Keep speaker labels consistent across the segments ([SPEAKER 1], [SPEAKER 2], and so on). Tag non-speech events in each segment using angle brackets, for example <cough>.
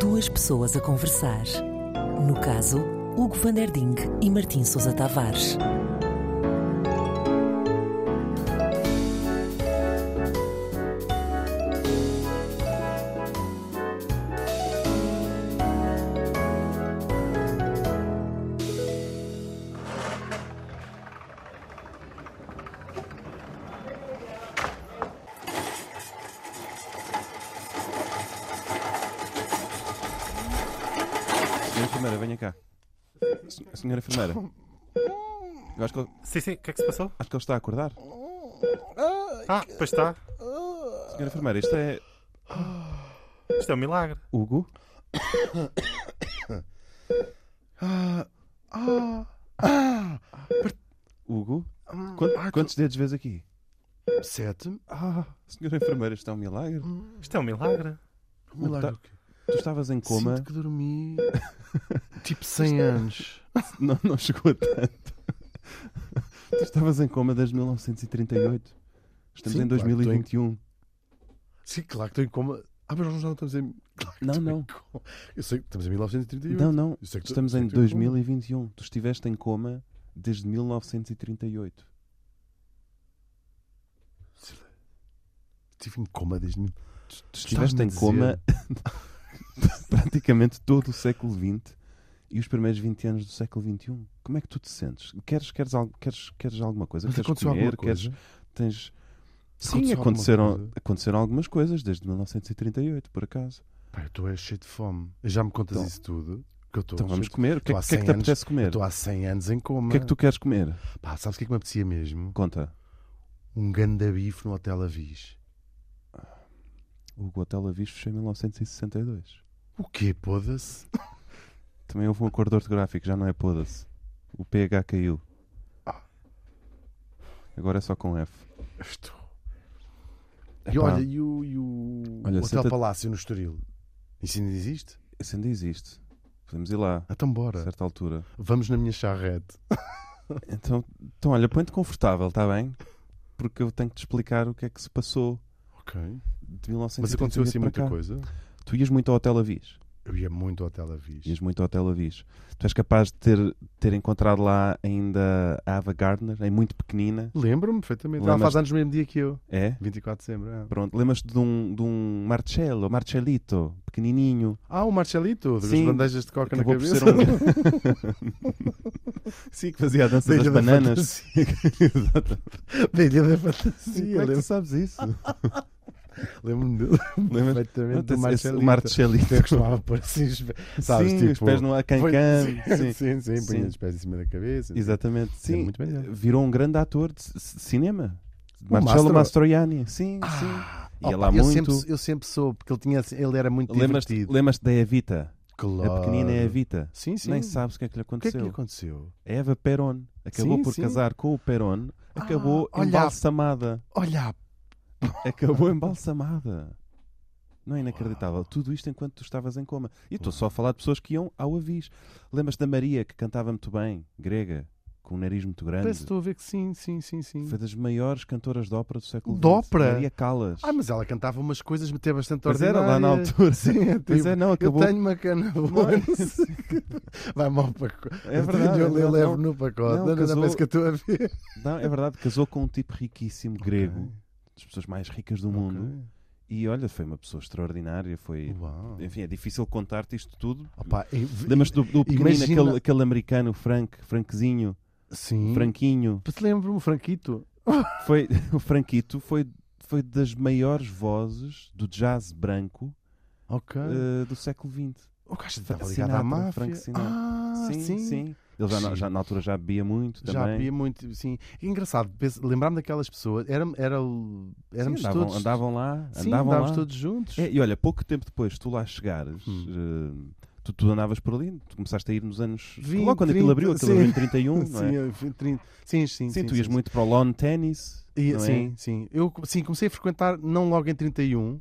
[SPEAKER 1] duas pessoas a conversar. No caso, Hugo van der Ding e Martim Sousa Tavares.
[SPEAKER 2] Senhora enfermeira, venha cá. Se- Senhora enfermeira. Eu acho que, ele,
[SPEAKER 3] Sim, sim, o que é que se passou?
[SPEAKER 2] acho que ele está a acordar.
[SPEAKER 3] Ah, pois está.
[SPEAKER 2] Senhora enfermeira, isto é
[SPEAKER 3] Isto é um milagre.
[SPEAKER 2] Hugo?
[SPEAKER 4] Ah,
[SPEAKER 2] Hugo? Quan-
[SPEAKER 4] ah,
[SPEAKER 2] quantos dedos vês aqui?
[SPEAKER 4] sete?
[SPEAKER 2] Ah, senhora enfermeira, isto é um milagre.
[SPEAKER 4] Hum.
[SPEAKER 3] Isto é um milagre.
[SPEAKER 4] Milagre o quê?
[SPEAKER 2] Tu estavas em coma,
[SPEAKER 4] Sinto que <laughs> dormi tipo 100 anos.
[SPEAKER 2] <laughs> não, não chegou a tanto. Tu estavas em coma desde 1938. Estamos
[SPEAKER 4] Sim,
[SPEAKER 2] em
[SPEAKER 4] claro, estou em-
[SPEAKER 2] 2021.
[SPEAKER 4] Sim, claro que estou em coma. Ah, mas nós não estamos em. Claro que
[SPEAKER 2] Não,
[SPEAKER 4] estou em
[SPEAKER 2] não.
[SPEAKER 4] coma. Eu sei que estamos em 1938.
[SPEAKER 2] Não, não.
[SPEAKER 4] Eu um- sei que tu-
[SPEAKER 2] Estamos
[SPEAKER 4] sei
[SPEAKER 2] em
[SPEAKER 4] que tu-
[SPEAKER 2] 2021. Tu estiveste em coma desde 1938.
[SPEAKER 4] Estive em coma desde mil.
[SPEAKER 2] Tu, tu estiveste
[SPEAKER 4] Estás-me a
[SPEAKER 2] em
[SPEAKER 4] dizer-
[SPEAKER 2] coma <laughs> praticamente todo o século XX e os primeiros 20 anos do século XXI. Como é que tu te sentes? Queres, queres, algo- queres, queres alguma coisa?
[SPEAKER 4] Mas
[SPEAKER 2] queres
[SPEAKER 4] aconteceu
[SPEAKER 2] comer?
[SPEAKER 4] alguma coisa?
[SPEAKER 2] Queres, tens... Sim,
[SPEAKER 4] Aconteceu alguma
[SPEAKER 2] aconteceram,
[SPEAKER 4] coisa?
[SPEAKER 2] aconteceram algumas coisas desde 1938, por acaso.
[SPEAKER 4] Pá, eu estou é cheio de fome. Já me contas
[SPEAKER 2] Então-
[SPEAKER 4] isso tudo? Que eu estou.
[SPEAKER 2] Então vamos
[SPEAKER 4] cheio de-
[SPEAKER 2] comer. O que, é-
[SPEAKER 4] Estou há
[SPEAKER 2] o que é que
[SPEAKER 4] 100
[SPEAKER 2] te
[SPEAKER 4] anos.
[SPEAKER 2] apetece comer?
[SPEAKER 4] Estou há 100 anos em coma.
[SPEAKER 2] O que é que tu queres comer?
[SPEAKER 4] Pá, sabes o que é que me apetecia mesmo?
[SPEAKER 2] Conta.
[SPEAKER 4] Um ganda bife no Hotel Avis.
[SPEAKER 2] O Hotel Avis fechou em 1962.
[SPEAKER 4] O quê? Poda-se?
[SPEAKER 2] Também houve um acordo ortográfico, já não é poda-se. O PH caiu. Agora é só com F.
[SPEAKER 4] Estou. E
[SPEAKER 2] Epá.
[SPEAKER 4] olha, e o, e o
[SPEAKER 2] É Olha,
[SPEAKER 4] Hotel
[SPEAKER 2] senta-
[SPEAKER 4] Palácio no Estoril? Isso ainda existe?
[SPEAKER 2] Isso ainda existe. Podemos ir lá,
[SPEAKER 4] Então
[SPEAKER 2] a
[SPEAKER 4] bora.
[SPEAKER 2] certa altura.
[SPEAKER 4] Vamos na minha charrete.
[SPEAKER 2] Então, então olha, põe-te confortável, está bem? Porque eu tenho que te explicar o que é que se passou
[SPEAKER 4] Ok.
[SPEAKER 2] de
[SPEAKER 4] Mas
[SPEAKER 2] 1938
[SPEAKER 4] aconteceu assim
[SPEAKER 2] para
[SPEAKER 4] muita
[SPEAKER 2] cá.
[SPEAKER 4] coisa.
[SPEAKER 2] Tu ias muito ao Hotel Avis.
[SPEAKER 4] Eu ia muito ao Tel Aviv.
[SPEAKER 2] Ias muito ao Hotel Avis. Tu és capaz de ter, ter encontrado lá ainda a Ava Gardner, em muito pequenina.
[SPEAKER 4] Lembro-me perfeitamente. Ela faz
[SPEAKER 2] Lembras-te?
[SPEAKER 4] anos no mesmo dia que eu.
[SPEAKER 2] É?
[SPEAKER 4] 24 de dezembro. Ah,
[SPEAKER 2] Pronto. Lembras-te de um, de um Marcello, Marcellito, pequenininho.
[SPEAKER 4] <laughs> Ah, o Marcelito, das
[SPEAKER 2] Sim.
[SPEAKER 4] bandejas de coca
[SPEAKER 2] Acabou
[SPEAKER 4] na
[SPEAKER 2] por
[SPEAKER 4] cabeça.
[SPEAKER 2] ser um...
[SPEAKER 4] <laughs>
[SPEAKER 2] <laughs> Sim, que fazia a dança das bananas. <laughs>
[SPEAKER 4] fantasia. da Ilha da Fantasia.
[SPEAKER 2] Como é que tu
[SPEAKER 4] Lembro-
[SPEAKER 2] sabes isso?
[SPEAKER 4] <laughs> Lembro-me dele
[SPEAKER 2] Lembras?
[SPEAKER 4] perfeitamente do
[SPEAKER 2] Esse- esse-
[SPEAKER 4] Marcelito.
[SPEAKER 2] O Marcelito.
[SPEAKER 4] Eu costumava pôr assim os pés.
[SPEAKER 2] <laughs>
[SPEAKER 4] Sabes,
[SPEAKER 2] sim,
[SPEAKER 4] tipo,
[SPEAKER 2] os pés no acancan. <laughs> Sim, É
[SPEAKER 4] Sim, sim, sim. Punha
[SPEAKER 2] Sim.
[SPEAKER 4] os pés em cima da cabeça.
[SPEAKER 2] Exatamente.
[SPEAKER 4] Sim.
[SPEAKER 2] Sim,
[SPEAKER 4] Muito melhor.
[SPEAKER 2] virou um grande ator de c- cinema.
[SPEAKER 4] O
[SPEAKER 2] Marcello
[SPEAKER 4] Mastro.
[SPEAKER 2] Mastroianni. Sim,
[SPEAKER 4] Ah,
[SPEAKER 2] Ia
[SPEAKER 4] opa,
[SPEAKER 2] lá
[SPEAKER 4] eu,
[SPEAKER 2] muito.
[SPEAKER 4] sempre, eu sempre soube, porque ele, tinha, ele era muito
[SPEAKER 2] sim. Lembras-te
[SPEAKER 4] divertido.
[SPEAKER 2] lembras da Evita?
[SPEAKER 4] Claro.
[SPEAKER 2] é A pequenina Evita.
[SPEAKER 4] Sim, sim.
[SPEAKER 2] Nem sabes o que é que lhe
[SPEAKER 4] O que é
[SPEAKER 2] aconteceu.
[SPEAKER 4] que lhe aconteceu?
[SPEAKER 2] A Eva Perón acabou
[SPEAKER 4] Sim,
[SPEAKER 2] por
[SPEAKER 4] sim.
[SPEAKER 2] casar com o Perón,
[SPEAKER 4] Ah,
[SPEAKER 2] acabou
[SPEAKER 4] olha.
[SPEAKER 2] embalsamada.
[SPEAKER 4] Olha,
[SPEAKER 2] Acabou embalsamada. Não é inacreditável. Tudo isto enquanto tu estavas em coma. E estou só a falar de pessoas que iam ao aviso. Lembras-te da Maria, que cantava muito bem, grega, com um nariz muito grande?
[SPEAKER 4] parece que estou a ver que sim, sim, sim, sim.
[SPEAKER 2] Foi das maiores cantoras de ópera do século XX.
[SPEAKER 4] De ópera?
[SPEAKER 2] Maria Callas.
[SPEAKER 4] Ah, mas ela cantava umas coisas até bastante
[SPEAKER 2] Mas era lá
[SPEAKER 4] ordinárias.
[SPEAKER 2] na altura.
[SPEAKER 4] Sim, é
[SPEAKER 2] Pois
[SPEAKER 4] tipo,
[SPEAKER 2] é, não,
[SPEAKER 4] Eu
[SPEAKER 2] acabou.
[SPEAKER 4] tenho uma cana boa, não sei o quê. Vai mal para
[SPEAKER 2] É verdade.
[SPEAKER 4] Eu,
[SPEAKER 2] não,
[SPEAKER 4] levo
[SPEAKER 2] não.
[SPEAKER 4] no
[SPEAKER 2] Não,
[SPEAKER 4] pacote. Não, não, não,
[SPEAKER 2] casou-
[SPEAKER 4] parece que eu estou a ver.
[SPEAKER 2] <laughs> Não, é verdade, casou com um tipo riquíssimo grego, das pessoas mais ricas do mundo. E olha, foi uma pessoa extraordinária. Foi.
[SPEAKER 4] Uau.
[SPEAKER 2] Enfim, é difícil contar-te isto tudo.
[SPEAKER 4] Opa, e-
[SPEAKER 2] Lembras-te do, do pequenino,
[SPEAKER 4] Imagina-
[SPEAKER 2] aquele, aquele americano, Frank, Frankzinho,
[SPEAKER 4] Sim.
[SPEAKER 2] Franquinho.
[SPEAKER 4] Te lembro-me, o Franquito.
[SPEAKER 2] Foi, <laughs> o Franquito foi, foi das maiores vozes do jazz branco
[SPEAKER 4] Ok.
[SPEAKER 2] eh, do século XX.
[SPEAKER 4] O gajo
[SPEAKER 2] Frank
[SPEAKER 4] estava ligado à
[SPEAKER 2] Sinatra,
[SPEAKER 4] máfia.
[SPEAKER 2] Frank Sinatra.
[SPEAKER 4] Ah, sim,
[SPEAKER 2] sim, sim. Ele já, na-
[SPEAKER 4] Sim.
[SPEAKER 2] já na altura já bebia muito
[SPEAKER 4] Já
[SPEAKER 2] também.
[SPEAKER 4] havia muito, sim. E Engraçado, penso- lembrar-me daquelas pessoas, era, era, o-
[SPEAKER 2] Sim,
[SPEAKER 4] éramos
[SPEAKER 2] andavam,
[SPEAKER 4] todos...
[SPEAKER 2] andavam lá,
[SPEAKER 4] sim,
[SPEAKER 2] andavam
[SPEAKER 4] andávamos
[SPEAKER 2] lá.
[SPEAKER 4] todos juntos.
[SPEAKER 2] É, e olha, pouco tempo depois tu lá chegares,
[SPEAKER 4] Hum.
[SPEAKER 2] eh, tu, tu andavas por ali, tu começaste a ir nos anos.
[SPEAKER 4] 20,
[SPEAKER 2] logo quando aquilo
[SPEAKER 4] 30,
[SPEAKER 2] abriu, aquilo
[SPEAKER 4] sim.
[SPEAKER 2] abriu em 31,
[SPEAKER 4] <laughs>
[SPEAKER 2] não é?
[SPEAKER 4] Sim, é, 30. sim, sim,
[SPEAKER 2] Sim, tu ias muito para o lawn tennis.
[SPEAKER 4] E-
[SPEAKER 2] não é?
[SPEAKER 4] sim, sim. Eu sim, comecei a frequentar, não logo em 31,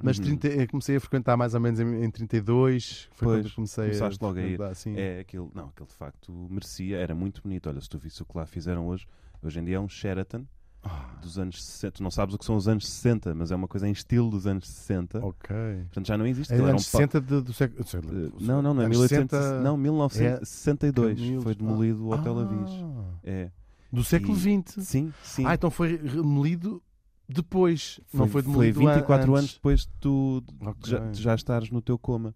[SPEAKER 4] mas
[SPEAKER 2] Uhum.
[SPEAKER 4] 30 eh, comecei a frequentar mais ou menos em, em 32. Foi
[SPEAKER 2] Pois,
[SPEAKER 4] quando comecei
[SPEAKER 2] começaste
[SPEAKER 4] a
[SPEAKER 2] logo a ir.
[SPEAKER 4] frequentar, Sim.
[SPEAKER 2] É aquele, não, aquele de facto merecia, era muito bonito. Olha, se tu visse o que lá fizeram hoje, hoje em dia é um Sheraton,
[SPEAKER 4] Ah.
[SPEAKER 2] dos anos 60. Tu não sabes o que são os anos 60, mas é uma coisa em estilo dos anos 60.
[SPEAKER 4] Ok.
[SPEAKER 2] Portanto, já não existe.
[SPEAKER 4] É
[SPEAKER 2] Ele era
[SPEAKER 4] anos
[SPEAKER 2] um pa-
[SPEAKER 4] 60 de- do século. sei lá,
[SPEAKER 2] Eh, Não, não, não é
[SPEAKER 4] anos
[SPEAKER 2] 1860.
[SPEAKER 4] 60,
[SPEAKER 2] Não, 1962.
[SPEAKER 4] Camilo-
[SPEAKER 2] Foi demolido o Hotel Avis.
[SPEAKER 4] Ah,
[SPEAKER 2] É.
[SPEAKER 4] Do século
[SPEAKER 2] E-
[SPEAKER 4] XX.
[SPEAKER 2] Sim, sim.
[SPEAKER 4] Ah, então foi demolido depois. não foi demolido an-
[SPEAKER 2] 24
[SPEAKER 4] antes. é?
[SPEAKER 2] anos depois de tu
[SPEAKER 4] Ok.
[SPEAKER 2] de já, de já estares no teu coma.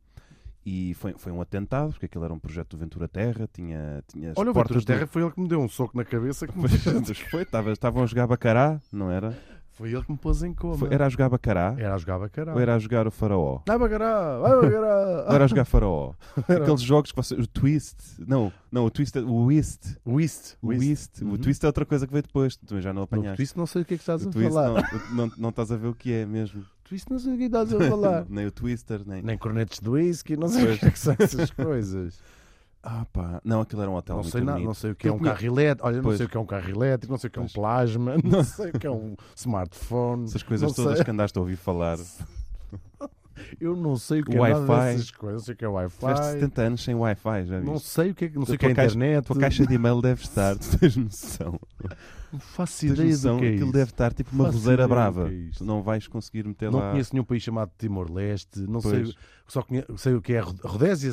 [SPEAKER 2] E foi, foi um atentado, porque aquilo era um projeto do Ventura Terra, tinha, tinha as
[SPEAKER 4] Olha, o
[SPEAKER 2] portas
[SPEAKER 4] Ventura Terra foi ele que me deu um soco na cabeça.
[SPEAKER 2] <laughs>
[SPEAKER 4] Que me...
[SPEAKER 2] Do... Pois foi, estava- estavam a jogar bacará, não era?
[SPEAKER 4] Foi ele que me pôs em coma.
[SPEAKER 2] Foi- era a jogar bacará
[SPEAKER 4] Era a jogar bacalhau.
[SPEAKER 2] ou era a jogar o faraó?
[SPEAKER 4] Vai bagará, vai
[SPEAKER 2] <laughs>
[SPEAKER 4] bagará.
[SPEAKER 2] Ou era a jogar
[SPEAKER 4] <laughs>
[SPEAKER 2] faraó? Aqueles jogos que você... O twist... Não, não o twist... é- O whist.
[SPEAKER 4] Whist. Uhum.
[SPEAKER 2] O whist. O twist é outra coisa que veio depois. Tu já não
[SPEAKER 4] No
[SPEAKER 2] apanhaste.
[SPEAKER 4] twist não sei o que é que estás
[SPEAKER 2] O
[SPEAKER 4] a
[SPEAKER 2] twist
[SPEAKER 4] falar.
[SPEAKER 2] não, não, não estás a ver o que é mesmo.
[SPEAKER 4] Twist não sei o que é que estás
[SPEAKER 2] <laughs>
[SPEAKER 4] a falar.
[SPEAKER 2] nem o twister, nem...
[SPEAKER 4] Nem cornetes de whisky, não sei o que é que
[SPEAKER 2] <laughs>
[SPEAKER 4] são essas coisas.
[SPEAKER 2] Ah pá. Não, aquilo era um hotel
[SPEAKER 4] Não
[SPEAKER 2] muito
[SPEAKER 4] sei nada,
[SPEAKER 2] bonito.
[SPEAKER 4] não sei o que é
[SPEAKER 2] Eu
[SPEAKER 4] um
[SPEAKER 2] conhe-
[SPEAKER 4] carro elétrico, olha, não
[SPEAKER 2] Pois.
[SPEAKER 4] sei o que é um carro elétrico, não sei o que é um
[SPEAKER 2] Pois.
[SPEAKER 4] plasma, <laughs> não sei o que
[SPEAKER 2] <laughs>
[SPEAKER 4] é um smartphone.
[SPEAKER 2] Essas coisas
[SPEAKER 4] não
[SPEAKER 2] todas
[SPEAKER 4] sei-
[SPEAKER 2] que andaste a ouvir
[SPEAKER 4] <laughs>
[SPEAKER 2] falar. Tiveste
[SPEAKER 4] Eu não sei o que é
[SPEAKER 2] O
[SPEAKER 4] nada
[SPEAKER 2] Wi-Fi.
[SPEAKER 4] dessas coisas, não sei o que é Wi-Fi.
[SPEAKER 2] 70 anos sem Wi-Fi, já
[SPEAKER 4] Não
[SPEAKER 2] viste?
[SPEAKER 4] sei o que é, não
[SPEAKER 2] Tu-
[SPEAKER 4] sei o que é
[SPEAKER 2] tua caixa-
[SPEAKER 4] internet.
[SPEAKER 2] Tua caixa de e-mail deve estar, tu tens noção.
[SPEAKER 4] Não faço
[SPEAKER 2] Tens
[SPEAKER 4] ideia do
[SPEAKER 2] noção,
[SPEAKER 4] que é
[SPEAKER 2] aquilo
[SPEAKER 4] isso.
[SPEAKER 2] deve estar tipo uma
[SPEAKER 4] Faço
[SPEAKER 2] roseira
[SPEAKER 4] ideia do
[SPEAKER 2] brava.
[SPEAKER 4] que é isto.
[SPEAKER 2] tu não vais conseguir meter
[SPEAKER 4] Não
[SPEAKER 2] lá. <laughs>
[SPEAKER 4] conheço nenhum país chamado Timor-Leste, não sei,
[SPEAKER 2] Pois.
[SPEAKER 4] só conhe- sei o que é Rod- Rodésia,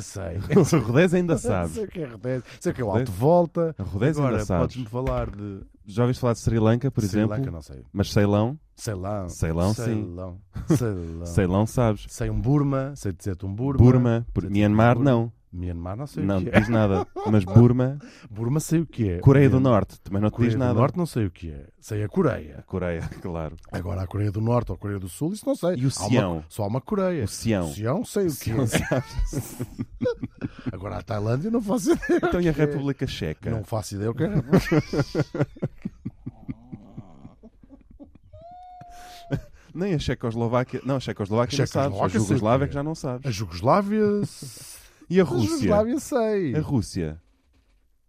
[SPEAKER 2] <laughs>
[SPEAKER 4] sei.
[SPEAKER 2] A Rodés ainda sabe.
[SPEAKER 4] <laughs> sei o que é Rodésia, sei o que é o
[SPEAKER 2] Rodésia.
[SPEAKER 4] Alto Volta.
[SPEAKER 2] A Rodés ainda
[SPEAKER 4] Agora,
[SPEAKER 2] sabes.
[SPEAKER 4] podes-me falar de
[SPEAKER 2] Já ouviste falar de Sri Lanka, por
[SPEAKER 4] Sri
[SPEAKER 2] exemplo?
[SPEAKER 4] Lanka, não sei.
[SPEAKER 2] Mas Ceilão?
[SPEAKER 4] Ceilão.
[SPEAKER 2] Ceilão, sim.
[SPEAKER 4] Ceilão. Ceilão.
[SPEAKER 2] Ceilão sabes.
[SPEAKER 4] Sei um Burma, sei dizer-te um Burma.
[SPEAKER 2] Burma, por-
[SPEAKER 4] Sei dizer-te
[SPEAKER 2] Myanmar
[SPEAKER 4] Burma.
[SPEAKER 2] não.
[SPEAKER 4] Myanmar não sei
[SPEAKER 2] Não
[SPEAKER 4] o que
[SPEAKER 2] te
[SPEAKER 4] é.
[SPEAKER 2] diz
[SPEAKER 4] <laughs>
[SPEAKER 2] nada. Mas Burma,
[SPEAKER 4] Burma sei o que é.
[SPEAKER 2] Coreia do
[SPEAKER 4] Myan-
[SPEAKER 2] Norte, também não te
[SPEAKER 4] Coreia
[SPEAKER 2] diz
[SPEAKER 4] do
[SPEAKER 2] nada.
[SPEAKER 4] Norte não sei o que é. Sei a Coreia.
[SPEAKER 2] Coreia, <laughs> claro.
[SPEAKER 4] Agora a Coreia do Norte ou a Coreia do Sul, isso não sei.
[SPEAKER 2] E o
[SPEAKER 4] Há uma-
[SPEAKER 2] Sião?
[SPEAKER 4] Só há uma Coreia.
[SPEAKER 2] O Sião.
[SPEAKER 4] Sião sei o que
[SPEAKER 2] Sião,
[SPEAKER 4] é. <laughs> Agora a Tailândia não faço ideia.
[SPEAKER 2] Então e a República Checa?
[SPEAKER 4] Não faço ideia o que é.
[SPEAKER 2] Nem a Checoslováquia. Não, a Checoslováquia já sabes. A
[SPEAKER 4] Checoslováquia, sei
[SPEAKER 2] Jugoslávia
[SPEAKER 4] o
[SPEAKER 2] que
[SPEAKER 4] quê.
[SPEAKER 2] já não
[SPEAKER 4] <laughs>
[SPEAKER 2] sabes.
[SPEAKER 4] A Jugoslávia.
[SPEAKER 2] E <laughs> a
[SPEAKER 4] A
[SPEAKER 2] Rússia?
[SPEAKER 4] Jugoslávia sei.
[SPEAKER 2] A Rússia.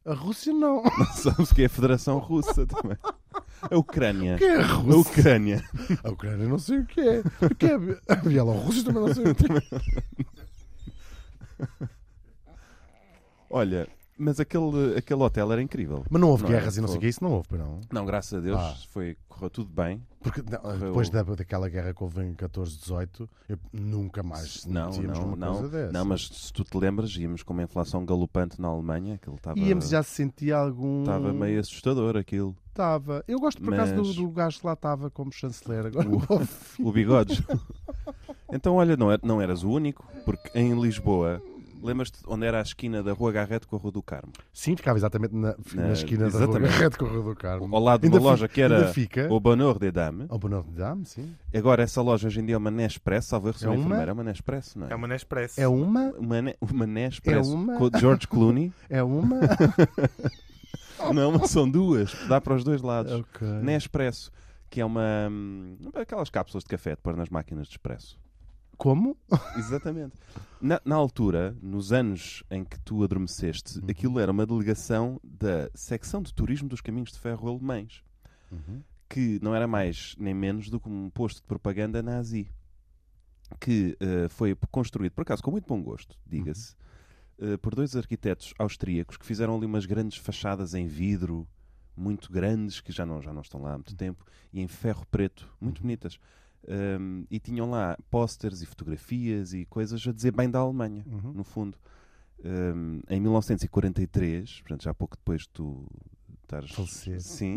[SPEAKER 4] A Rússia não. <laughs>
[SPEAKER 2] Não <laughs> sabes o que é a Federação Russa também. A Ucrânia.
[SPEAKER 4] Que é a
[SPEAKER 2] A
[SPEAKER 4] Rússia?
[SPEAKER 2] Ucrânia.
[SPEAKER 4] A Ucrânia não sei o que é. O que é a Bielorrússia também não sei o que é.
[SPEAKER 2] Olha, mas aquele, aquele hotel era incrível.
[SPEAKER 4] Mas não houve
[SPEAKER 2] Não, é?
[SPEAKER 4] guerras e não
[SPEAKER 2] foi.
[SPEAKER 4] sei o que, isso não houve, pois não.
[SPEAKER 2] Não, graças a Deus,
[SPEAKER 4] Ah.
[SPEAKER 2] foi, correu tudo bem.
[SPEAKER 4] Porque não,
[SPEAKER 2] Correu.
[SPEAKER 4] depois da, daquela guerra que houve em 14, 18, eu nunca mais
[SPEAKER 2] não,
[SPEAKER 4] tínhamos
[SPEAKER 2] não,
[SPEAKER 4] uma
[SPEAKER 2] não.
[SPEAKER 4] coisa dessa.
[SPEAKER 2] Não, mas se tu te lembras, íamos com uma inflação galopante na Alemanha, aquilo estava.
[SPEAKER 4] Íamos já se sentia algum.
[SPEAKER 2] Estava meio assustador aquilo.
[SPEAKER 4] Tava. Eu gosto por acaso
[SPEAKER 2] Mas-
[SPEAKER 4] do, do gajo que lá estava como chanceler agora.
[SPEAKER 2] O bigodes. então, olha, não, era- não eras o único, porque em Lisboa, lembras-te onde era a esquina da Rua Garrete com a Rua do Carmo?
[SPEAKER 4] <laughs> Sim, ficava exatamente na, na
[SPEAKER 2] Na-
[SPEAKER 4] esquina da
[SPEAKER 2] exatamente.
[SPEAKER 4] rua Red Correio do Carmo.
[SPEAKER 2] Ao lado de uma
[SPEAKER 4] Ainda fi-
[SPEAKER 2] loja que era
[SPEAKER 4] Ainda fica.
[SPEAKER 2] o Bonheur des Dames.
[SPEAKER 4] Ao Bonor de Dame, sim.
[SPEAKER 2] Agora, essa loja hoje em dia é uma Nespresso, salvo erro, se
[SPEAKER 4] É
[SPEAKER 2] não me
[SPEAKER 4] uma?
[SPEAKER 2] engano, era uma Nespresso, não é?
[SPEAKER 3] É uma Nespresso.
[SPEAKER 4] É uma,
[SPEAKER 2] Uma, ne... uma Nespresso
[SPEAKER 4] É uma?
[SPEAKER 2] com o George Clooney.
[SPEAKER 4] é uma. <laughs>
[SPEAKER 2] não, mas são duas, dá para os dois lados.
[SPEAKER 4] <laughs> ok.
[SPEAKER 2] Nespresso, que é uma. hum, aquelas cápsulas de café de pôr nas máquinas de expresso.
[SPEAKER 4] Como?
[SPEAKER 2] Exatamente. Na, na altura, nos anos em que tu adormeceste, aquilo era uma delegação da secção de turismo dos caminhos de ferro alemães,
[SPEAKER 4] Uhum.
[SPEAKER 2] que não era mais nem menos do que um posto de propaganda nazi, que eh, foi construído, por acaso, com muito bom gosto, diga-se, eh, por dois arquitetos austríacos que fizeram ali umas grandes fachadas em vidro, muito grandes, que já não, já não estão lá há muito tempo, e em ferro preto, muito bonitas. Um, e tinham lá posters e fotografias e coisas a dizer bem da Alemanha,
[SPEAKER 4] Uhum.
[SPEAKER 2] no fundo. Um, em 1943, portanto, já pouco depois de tu estares.
[SPEAKER 4] Falecer.
[SPEAKER 2] Sim,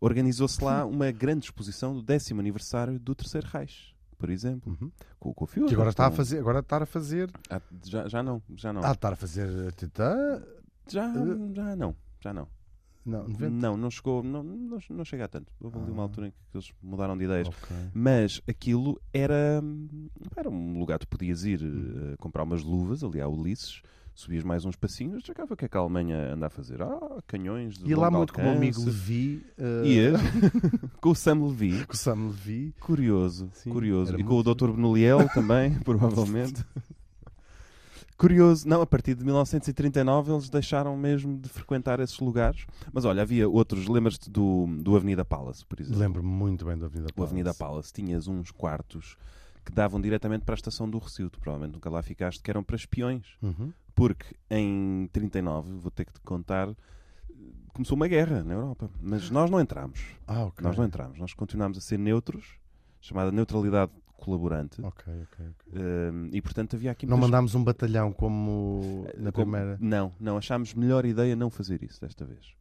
[SPEAKER 2] organizou-se lá
[SPEAKER 4] <laughs>
[SPEAKER 2] uma grande exposição do décimo aniversário do Terceiro Reich, por exemplo,
[SPEAKER 4] Uhum.
[SPEAKER 2] com, com o Führer.
[SPEAKER 4] Que agora está a
[SPEAKER 2] com-
[SPEAKER 4] fazer. Agora está a fazer.
[SPEAKER 2] Ah, já, já não, já não.
[SPEAKER 4] Ah, eh, está a fazer. Titã.
[SPEAKER 2] já, já não, já não.
[SPEAKER 4] Não, 90.
[SPEAKER 2] Não, não chegou, não, não, não chega a tanto. Houve ali uma
[SPEAKER 4] Ah.
[SPEAKER 2] altura em que eles mudaram de ideias.
[SPEAKER 4] Ok.
[SPEAKER 2] Mas aquilo era, hum, era um lugar que tu podias ir eh, comprar umas luvas ali à Ulisses, subias mais uns passinhos, chegava o que é que a Alemanha anda a fazer? Ah, canhões de
[SPEAKER 4] E lá
[SPEAKER 2] longo
[SPEAKER 4] muito com o meu amigo
[SPEAKER 2] alcance.
[SPEAKER 4] Levi. eh, <laughs>
[SPEAKER 2] Ias com o Sam Levy,
[SPEAKER 4] Com o Sam Levi.
[SPEAKER 2] curioso,
[SPEAKER 4] Sim,
[SPEAKER 2] curioso.
[SPEAKER 4] era
[SPEAKER 2] E com o
[SPEAKER 4] muito
[SPEAKER 2] Dr. Benoliel também, <laughs> provavelmente. Curioso, não, a partir de 1939 eles deixaram mesmo de frequentar esses lugares. Mas olha, havia outros, lembras-te do, do Avenida Palace, por exemplo?
[SPEAKER 4] Lembro-me muito bem da Avenida
[SPEAKER 2] o
[SPEAKER 4] Palace.
[SPEAKER 2] Avenida Palace, tinhas uns quartos que davam diretamente para a estação do Recio. Tu provavelmente nunca lá ficaste, que eram para espiões.
[SPEAKER 4] Uhum.
[SPEAKER 2] Porque em 39, vou ter que te contar, começou uma guerra na Europa. Mas nós não entramos.
[SPEAKER 4] Ah, ok.
[SPEAKER 2] Nós não entramos. Nós continuámos a ser neutros, chamada neutralidade colaborante.
[SPEAKER 4] Ok, ok, ok.
[SPEAKER 2] Hum, e portanto havia aqui
[SPEAKER 4] Não
[SPEAKER 2] muitas-
[SPEAKER 4] mandámos um batalhão como na
[SPEAKER 2] Eh, Como-
[SPEAKER 4] primeira.
[SPEAKER 2] Não, não. Achámos melhor ideia não fazer isso desta vez.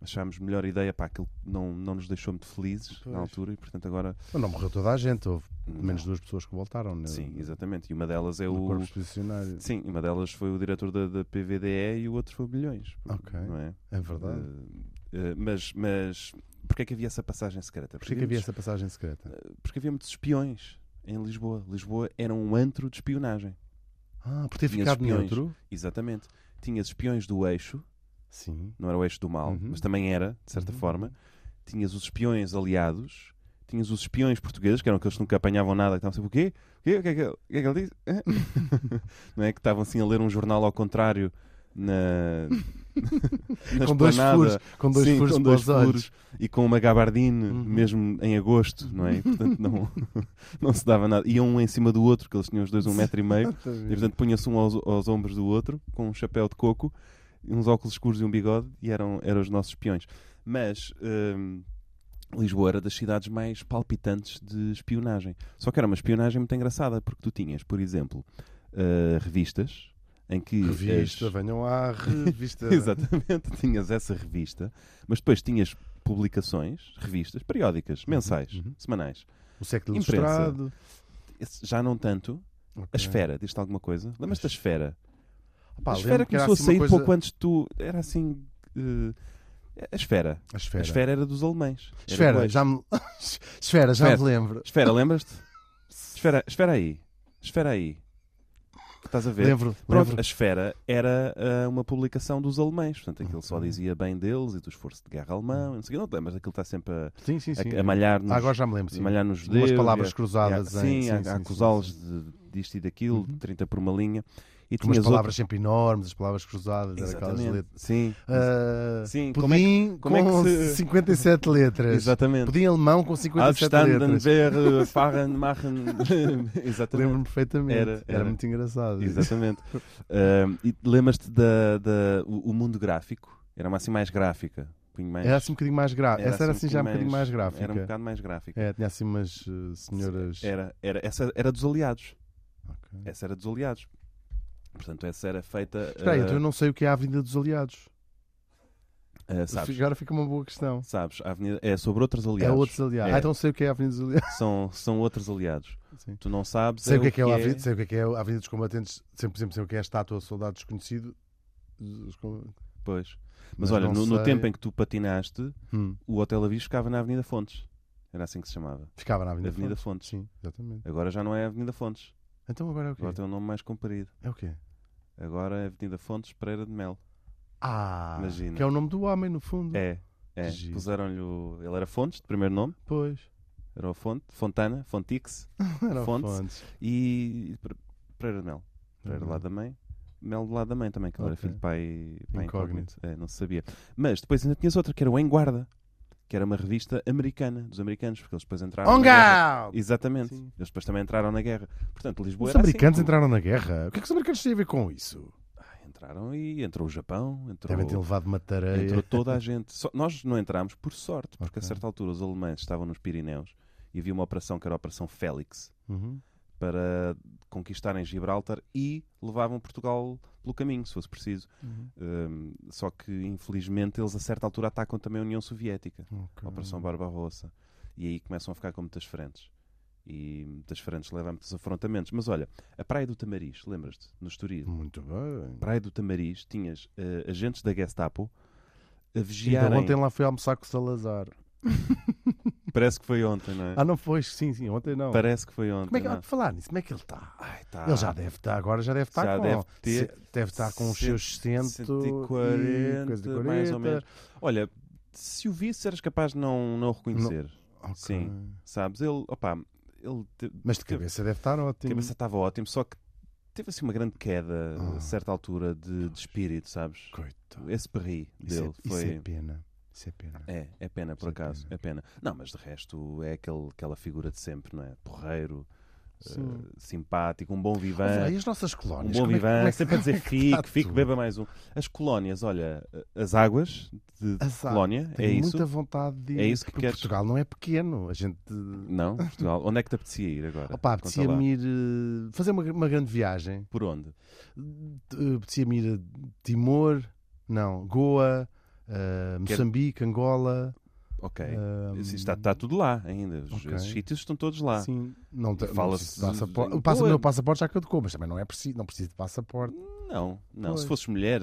[SPEAKER 2] Achámos melhor ideia para aquilo que não, não nos deixou muito felizes
[SPEAKER 4] Pois.
[SPEAKER 2] na altura e portanto agora.
[SPEAKER 4] Mas não morreu toda a gente, houve pelo menos
[SPEAKER 2] Não.
[SPEAKER 4] duas pessoas que voltaram. Né?
[SPEAKER 2] Sim, exatamente. E uma delas é
[SPEAKER 4] No
[SPEAKER 2] o.
[SPEAKER 4] corpo expedicionário.
[SPEAKER 2] Sim, uma delas foi o diretor da, da PVDE e o outro foi o Bilhões.
[SPEAKER 4] Ok.
[SPEAKER 2] Não é?
[SPEAKER 4] É verdade.
[SPEAKER 2] Eh, eh, mas, mas porquê é que havia essa passagem secreta?
[SPEAKER 4] Porquê que havia essa passagem secreta?
[SPEAKER 2] porque havia muitos espiões em Lisboa. Lisboa era um antro de espionagem.
[SPEAKER 4] Ah, por ter
[SPEAKER 2] Eh, Tinha
[SPEAKER 4] ficado
[SPEAKER 2] espiões.
[SPEAKER 4] neutro?
[SPEAKER 2] Exatamente. Tinhas espiões do eixo,
[SPEAKER 4] Sim.
[SPEAKER 2] não era o eixo do mal,
[SPEAKER 4] Uhum.
[SPEAKER 2] mas também era, de certa
[SPEAKER 4] Uhum.
[SPEAKER 2] forma. Tinhas os espiões aliados, tinhas os espiões portugueses, que eram aqueles que nunca apanhavam nada, que estavam sempre o quê? O quê? O que é que, ele- o que é que ele disse?
[SPEAKER 4] <laughs>
[SPEAKER 2] Hã?" não é? Que estavam assim a ler um jornal ao contrário
[SPEAKER 4] <laughs>
[SPEAKER 2] na. na
[SPEAKER 4] Com dois
[SPEAKER 2] esplanada.
[SPEAKER 4] furos, com dois
[SPEAKER 2] Sim,
[SPEAKER 4] furos
[SPEAKER 2] com
[SPEAKER 4] para
[SPEAKER 2] dois
[SPEAKER 4] os olhos.
[SPEAKER 2] furos e com uma gabardine,
[SPEAKER 4] Uhum.
[SPEAKER 2] mesmo em agosto, não é? E, portanto, não,
[SPEAKER 4] <laughs>
[SPEAKER 2] não se dava nada. Iam um em cima do outro, que eles tinham os dois um metro e meio, e
[SPEAKER 4] Exatamente.
[SPEAKER 2] portanto punha-se um aos, aos ombros do outro, com um chapéu de coco, e uns óculos escuros e um bigode, e eram, eram os nossos espiões. Mas hum, Lisboa era das cidades mais palpitantes de espionagem. Só que era uma espionagem muito engraçada, porque tu tinhas, por exemplo, ah, revistas em que as-
[SPEAKER 4] Revista, venham à revista.
[SPEAKER 2] <laughs> Exatamente, tinhas essa revista, mas depois tinhas publicações, revistas, periódicas, mensais,
[SPEAKER 4] Uhum.
[SPEAKER 2] semanais.
[SPEAKER 4] O século
[SPEAKER 2] Imprensa.
[SPEAKER 4] ilustrado.
[SPEAKER 2] Esse já não tanto.
[SPEAKER 4] Ok.
[SPEAKER 2] A esfera, diz-te alguma coisa? Lembras-te da esfera?
[SPEAKER 4] Pá,
[SPEAKER 2] a
[SPEAKER 4] lembro
[SPEAKER 2] esfera
[SPEAKER 4] que era
[SPEAKER 2] começou a sair
[SPEAKER 4] assim uma coisa-
[SPEAKER 2] pouco antes de tu. Era assim. eh, a esfera. A
[SPEAKER 4] A esfera.
[SPEAKER 2] esfera era dos alemães. Era
[SPEAKER 4] Esfera,
[SPEAKER 2] inglês.
[SPEAKER 4] já me... <laughs> esfera, já
[SPEAKER 2] Esfera.
[SPEAKER 4] me lembro.
[SPEAKER 2] Esfera, lembras-te? esfera, esfera aí. Esfera aí. Estás a ver?
[SPEAKER 4] Lembro,
[SPEAKER 2] Pronto,
[SPEAKER 4] lembro.
[SPEAKER 2] a Esfera era ah, uma publicação dos alemães, portanto aquilo
[SPEAKER 4] Uhum.
[SPEAKER 2] só dizia bem deles e do esforço de guerra alemão, e não sei o que, não te lembras, aquilo está sempre a,
[SPEAKER 4] Sim, sim,
[SPEAKER 2] a-
[SPEAKER 4] sim.
[SPEAKER 2] a malhar nos,
[SPEAKER 4] Ah, agora já me lembro,
[SPEAKER 2] a
[SPEAKER 4] sim.
[SPEAKER 2] malhar nos judeus.
[SPEAKER 4] Umas
[SPEAKER 2] e
[SPEAKER 4] palavras
[SPEAKER 2] a-
[SPEAKER 4] cruzadas.
[SPEAKER 2] e a-
[SPEAKER 4] em-
[SPEAKER 2] sim, a, a
[SPEAKER 4] sim,
[SPEAKER 2] acusá-los
[SPEAKER 4] sim.
[SPEAKER 2] de- disto e daquilo,
[SPEAKER 4] Uhum.
[SPEAKER 2] 30 por uma linha. E
[SPEAKER 4] Com umas
[SPEAKER 2] tinhas
[SPEAKER 4] palavras sempre enormes, as palavras cruzadas,
[SPEAKER 2] outro...
[SPEAKER 4] era aquelas
[SPEAKER 2] Exatamente.
[SPEAKER 4] letras.
[SPEAKER 2] Sim,
[SPEAKER 4] Ah,
[SPEAKER 2] Sim, como é que-
[SPEAKER 4] pudim
[SPEAKER 2] como é que
[SPEAKER 4] com <laughs>
[SPEAKER 2] se-
[SPEAKER 4] 57 letras.
[SPEAKER 2] exatamente. Ah,
[SPEAKER 4] Pudim alemão com 57
[SPEAKER 2] Abstanden,
[SPEAKER 4] letras. <laughs>
[SPEAKER 2] ver, fahren, machen. <laughs> exatamente.
[SPEAKER 4] Lembro-me perfeitamente.
[SPEAKER 2] Era-
[SPEAKER 4] Era,
[SPEAKER 2] era.
[SPEAKER 4] muito engraçado.
[SPEAKER 2] Exatamente. Ahm, e lembras-te da, da- o, o mundo gráfico? Era uma assim mais gráfica. um bocadinho mais-
[SPEAKER 4] Era assim um bocadinho mais gráfico. Essa era
[SPEAKER 2] assim
[SPEAKER 4] assim já um bocadinho mais
[SPEAKER 2] Era um
[SPEAKER 4] gráfica.
[SPEAKER 2] bocado mais gráfica.
[SPEAKER 4] É, tinha assim umas eh, senhoras.
[SPEAKER 2] Era, era, essa era dos aliados.
[SPEAKER 4] Ok.
[SPEAKER 2] Essa era dos aliados. Portanto, essa era feita.
[SPEAKER 4] Espera aí,
[SPEAKER 2] ah,
[SPEAKER 4] então eu não sei o que é a Avenida dos Aliados.
[SPEAKER 2] ah, sabes,
[SPEAKER 4] Agora fica uma boa questão.
[SPEAKER 2] sabes, a avenida- é sobre outros aliados.
[SPEAKER 4] É outros aliados.
[SPEAKER 2] É.
[SPEAKER 4] Ah, então sei o que é a Avenida dos Aliados.
[SPEAKER 2] São, são outros aliados.
[SPEAKER 4] Sim.
[SPEAKER 2] Tu não sabes.
[SPEAKER 4] Sei o que é que é, a Avenida, sei o que é que é a Avenida dos Combatentes. Sei, por exemplo, sei o que é a estátua de soldado desconhecido. Os com-
[SPEAKER 2] Pois. Mas,
[SPEAKER 4] Mas
[SPEAKER 2] olha,
[SPEAKER 4] não
[SPEAKER 2] no, no
[SPEAKER 4] sei.
[SPEAKER 2] tempo em que tu patinaste,
[SPEAKER 4] Hum,
[SPEAKER 2] o Hotel Avis ficava na Avenida Fontes. Era assim que se chamava.
[SPEAKER 4] Ficava na Avenida,
[SPEAKER 2] Avenida Fontes.
[SPEAKER 4] Fontes. Sim, exatamente.
[SPEAKER 2] Agora já não é Avenida Fontes.
[SPEAKER 4] Então agora é o quê?
[SPEAKER 2] Agora tem um nome mais comprido.
[SPEAKER 4] É o quê?
[SPEAKER 2] Agora é Avenida Fontes Pereira de Mel.
[SPEAKER 4] Ah,
[SPEAKER 2] Imagina.
[SPEAKER 4] que é o nome do homem, no fundo.
[SPEAKER 2] É. É.
[SPEAKER 4] Que giro.
[SPEAKER 2] Puseram-lhe. o- Ele era Fontes, de primeiro nome.
[SPEAKER 4] Pois.
[SPEAKER 2] Era o Fonte. Fontana. Fontix.
[SPEAKER 4] <laughs> Era o
[SPEAKER 2] Fontes.
[SPEAKER 4] Fontes.
[SPEAKER 2] E Pre- Pereira de Mel. Pereira do lado da mãe. Mel do lado da mãe também, que ele era
[SPEAKER 4] Uhum. Ok.
[SPEAKER 2] filho de pai, pai incógnito.
[SPEAKER 4] Incógnito.
[SPEAKER 2] É, não se sabia. Mas depois ainda tinhas outra, que era o Em Guarda, que era uma revista americana, dos americanos, porque eles depois entraram. na guerra.
[SPEAKER 4] Hum. Onga!
[SPEAKER 2] Exatamente.
[SPEAKER 4] Sim.
[SPEAKER 2] Eles depois também entraram na guerra. Portanto, Lisboa
[SPEAKER 4] Os
[SPEAKER 2] era assim.
[SPEAKER 4] americanos entraram na guerra. O que é que os americanos têm a ver com isso?
[SPEAKER 2] Ah, entraram e entrou o Japão, entrou,
[SPEAKER 4] Devem ter levado uma tareia.
[SPEAKER 2] entrou toda a gente. Só- nós não entramos por sorte, porque a
[SPEAKER 4] Ok.
[SPEAKER 2] certa altura os alemães estavam nos Pirineus e havia uma operação que era a Operação Félix.
[SPEAKER 4] Uhum.
[SPEAKER 2] Para conquistarem Gibraltar e levavam Portugal pelo caminho, se fosse preciso.
[SPEAKER 4] Uhum.
[SPEAKER 2] Um, só que, infelizmente, eles a certa altura atacam também a União Soviética, a
[SPEAKER 4] Ok.
[SPEAKER 2] Operação Barbarossa. E aí começam a ficar com muitas frentes. E muitas frentes levam a muitos afrontamentos. Mas olha, a Praia do Tamariz, lembras-te? No Estoril.
[SPEAKER 4] Muito bem.
[SPEAKER 2] Praia do Tamariz, tinhas eh, agentes da Gestapo a
[SPEAKER 4] Ainda
[SPEAKER 2] vigiarem.
[SPEAKER 4] ontem lá fui almoçar com o Salazar.
[SPEAKER 2] Parece que foi ontem, não é?
[SPEAKER 4] Ah, não foi? Sim, sim, ontem não.
[SPEAKER 2] Parece que foi ontem.
[SPEAKER 4] Como é que
[SPEAKER 2] não
[SPEAKER 4] ah, por falar nisso? Como é que ele está?
[SPEAKER 2] Ai, tá.
[SPEAKER 4] Ele já deve estar, agora já deve estar
[SPEAKER 2] Já
[SPEAKER 4] com.
[SPEAKER 2] deve ter
[SPEAKER 4] se- deve estar com os seus 100 e
[SPEAKER 2] 140,
[SPEAKER 4] coisa de
[SPEAKER 2] mais ou
[SPEAKER 4] 40.
[SPEAKER 2] menos. Olha, se o visse, eras capaz de não, não o reconhecer.
[SPEAKER 4] Ok.
[SPEAKER 2] Sim. Sabes? Ele, opá, ele te-
[SPEAKER 4] Mas de cabeça deve estar
[SPEAKER 2] a
[SPEAKER 4] ótimo.
[SPEAKER 2] cabeça estava ótimo, só que teve assim uma grande queda a
[SPEAKER 4] Ah.
[SPEAKER 2] certa altura de, de espírito, sabes?
[SPEAKER 4] Coitado.
[SPEAKER 2] Esse perri
[SPEAKER 4] Isso,
[SPEAKER 2] tá dele
[SPEAKER 4] é,
[SPEAKER 2] foi.
[SPEAKER 4] isso é pena. Isso é pena.
[SPEAKER 2] É, é pena por
[SPEAKER 4] Isso é
[SPEAKER 2] acaso,
[SPEAKER 4] pena.
[SPEAKER 2] é pena. Não, mas de resto é aquele, aquela figura de sempre, não é? Porreiro,
[SPEAKER 4] Sim.
[SPEAKER 2] simpático, um bom
[SPEAKER 4] Olha,
[SPEAKER 2] vivan.
[SPEAKER 4] e as nossas
[SPEAKER 2] Um
[SPEAKER 4] colónias?
[SPEAKER 2] bom
[SPEAKER 4] como é que-
[SPEAKER 2] vivan,
[SPEAKER 4] como é que-
[SPEAKER 2] sempre a dizer
[SPEAKER 4] <laughs> como é que tá
[SPEAKER 2] fique, fique,
[SPEAKER 4] tudo?
[SPEAKER 2] beba mais um. As colónias, olha, eh, as águas de, de
[SPEAKER 4] As águas,
[SPEAKER 2] colónia, é
[SPEAKER 4] Tenho
[SPEAKER 2] isso?
[SPEAKER 4] Tá. muita vontade de ir.
[SPEAKER 2] É isso que
[SPEAKER 4] Porque
[SPEAKER 2] queres?
[SPEAKER 4] Portugal não é pequeno. A gente.
[SPEAKER 2] Não, Portugal. Onde é que te apetecia ir agora?
[SPEAKER 4] Opa,
[SPEAKER 2] Conta lá.
[SPEAKER 4] apetecia-me ir. eh, fazer uma, uma grande viagem.
[SPEAKER 2] Por onde?
[SPEAKER 4] Eh, Apetecia-me ir a Timor, não, Goa, eh,
[SPEAKER 2] Quer-
[SPEAKER 4] Moçambique, Angola.
[SPEAKER 2] Ok.
[SPEAKER 4] eh,
[SPEAKER 2] Isso Está, está tudo lá ainda. Os,
[SPEAKER 4] ok.
[SPEAKER 2] Esses sítios estão todos lá.
[SPEAKER 4] Sim, não, te- não
[SPEAKER 2] Fala-se
[SPEAKER 4] preciso de passaporte.
[SPEAKER 2] de-
[SPEAKER 4] O passa-
[SPEAKER 2] Boa.
[SPEAKER 4] meu passaporte já caducou, mas também não é preciso, não preciso de passaporte.
[SPEAKER 2] Não, não.
[SPEAKER 4] Pois.
[SPEAKER 2] Se fosses mulher,